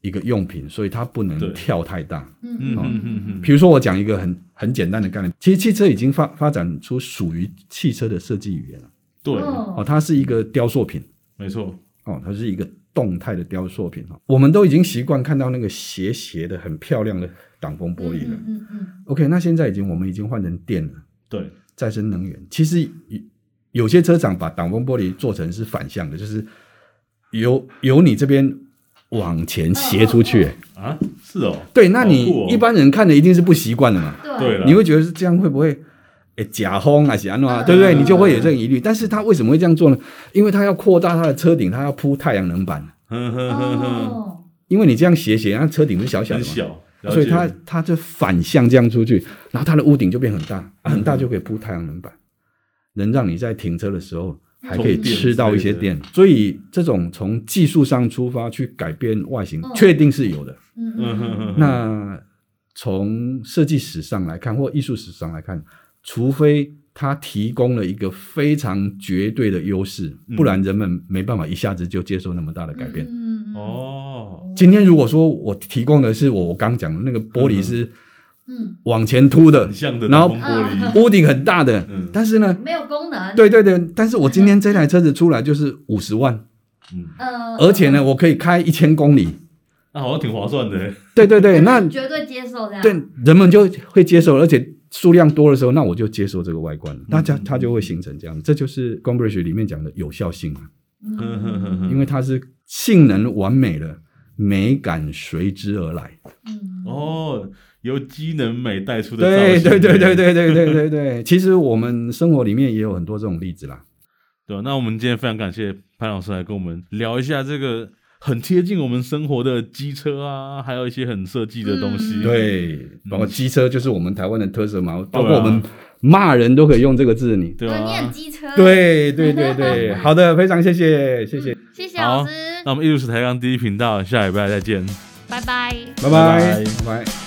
[SPEAKER 3] 一个用品，所以它不
[SPEAKER 1] 对
[SPEAKER 3] 能跳太大。
[SPEAKER 1] 嗯
[SPEAKER 2] 嗯
[SPEAKER 1] 嗯嗯嗯，
[SPEAKER 3] 比如说，我讲一个很很简单的概念，其实汽车已经发发展出属于汽车的设计语言了。
[SPEAKER 1] 对，
[SPEAKER 3] 哦，
[SPEAKER 2] 哦
[SPEAKER 3] 它是一个雕塑品。
[SPEAKER 1] 没错，
[SPEAKER 3] 哦，它是一个动态的雕塑品哦。我们都已经习惯看到那个斜斜的、很漂亮的挡风玻璃了。
[SPEAKER 2] 嗯嗯嗯
[SPEAKER 3] OK，那现在已经我们已经换成电了，
[SPEAKER 1] 对，
[SPEAKER 3] 再生能源。其实有有些车厂把挡风玻璃做成是反向的，就是由由你这边往前斜出去。
[SPEAKER 2] 哦
[SPEAKER 1] 啊，是哦，
[SPEAKER 3] 对，那你
[SPEAKER 1] 好酷哦
[SPEAKER 3] 一般人看的一定是不习惯的嘛，
[SPEAKER 1] 对
[SPEAKER 2] 嗯，
[SPEAKER 1] 啊
[SPEAKER 2] 对
[SPEAKER 1] 了，
[SPEAKER 3] 你会觉得是这样会不会？诶，假轰啊，假啊，
[SPEAKER 2] 嗯
[SPEAKER 3] 对不对？
[SPEAKER 2] 嗯
[SPEAKER 3] 你就会有
[SPEAKER 1] 嗯
[SPEAKER 3] 这个疑虑。但是它为什么会这样做呢？因为它要扩大它的车顶，它要铺太阳能板。
[SPEAKER 1] 哼哼哼哼，
[SPEAKER 2] 哦，
[SPEAKER 3] 因为你这样斜斜，它车顶是小小
[SPEAKER 1] 很
[SPEAKER 3] 的嘛，啊
[SPEAKER 1] 小，了
[SPEAKER 3] 所以
[SPEAKER 1] 解
[SPEAKER 3] 它它就反向这样出去，然后它的屋顶就变很大，啊很大就可以铺太阳能板，能让你在停车的时候还
[SPEAKER 2] 嗯
[SPEAKER 3] 可以吃到一些电。所以这种从技术上出发去改变外形
[SPEAKER 2] 嗯，
[SPEAKER 3] 确定是有的。
[SPEAKER 2] 嗯
[SPEAKER 1] 嗯哼
[SPEAKER 2] 嗯
[SPEAKER 1] 哼
[SPEAKER 2] 嗯，
[SPEAKER 1] 哼，
[SPEAKER 3] 那从设计史上来看，或艺术史上来看，除非它提供了一个非常绝对的优势，不然人们没办法一下子就接受那么大的改变。
[SPEAKER 2] 嗯嗯嗯
[SPEAKER 1] 哦，
[SPEAKER 3] 今天如果说我提供的是我我刚讲的那个玻璃是
[SPEAKER 2] 嗯，
[SPEAKER 3] 往前凸的
[SPEAKER 1] 很，像的
[SPEAKER 3] 然后
[SPEAKER 1] 挡风玻 璃，
[SPEAKER 3] 屋顶很大的
[SPEAKER 1] 嗯，
[SPEAKER 3] 但是呢，
[SPEAKER 2] 没有功能，，
[SPEAKER 3] 对对对，但是我今天这台车子出来就是五十万，
[SPEAKER 1] 嗯，
[SPEAKER 2] 呃，
[SPEAKER 3] 而且呢，我可以开一千公里，
[SPEAKER 1] 那好像挺划算的，
[SPEAKER 3] 对对对，那
[SPEAKER 2] 绝对接受这样，
[SPEAKER 3] 对人们就会接受，而且数量多的时候，那我就接受这个外观了，那它它就会形成这样，这就是 g o m b r i d g e 里面讲的有效性嘛，
[SPEAKER 2] 嗯，
[SPEAKER 1] 哼
[SPEAKER 2] 嗯
[SPEAKER 1] 哼
[SPEAKER 2] 嗯
[SPEAKER 1] 哼哼，
[SPEAKER 3] 因为它是性能完美了，美感随之而来。
[SPEAKER 2] 嗯，
[SPEAKER 1] 哦，由机能美带出的
[SPEAKER 3] 对
[SPEAKER 1] 造型
[SPEAKER 3] 对对对对对对对对，其实我们生活里面也有很多这种例子啦。
[SPEAKER 1] 对啊那我们今天非常感谢潘老师来跟我们聊一下这个很贴近我们生活的机车啊，还有一些很设计的东西。
[SPEAKER 2] 嗯
[SPEAKER 3] 对，包括机车就是我们台湾的特色嘛，包括
[SPEAKER 1] 对啊
[SPEAKER 3] 我们骂人都可以用这个字你。
[SPEAKER 1] 对
[SPEAKER 2] 对，你很
[SPEAKER 1] 啊。
[SPEAKER 2] 机车，，
[SPEAKER 3] 对对对对，好的，非常谢谢谢谢，
[SPEAKER 2] 谢谢
[SPEAKER 1] 好
[SPEAKER 2] 老师，
[SPEAKER 1] 那我们艺术史台纲第一频道下礼拜再见，
[SPEAKER 2] 拜拜。
[SPEAKER 3] 拜
[SPEAKER 1] 拜
[SPEAKER 3] 拜拜。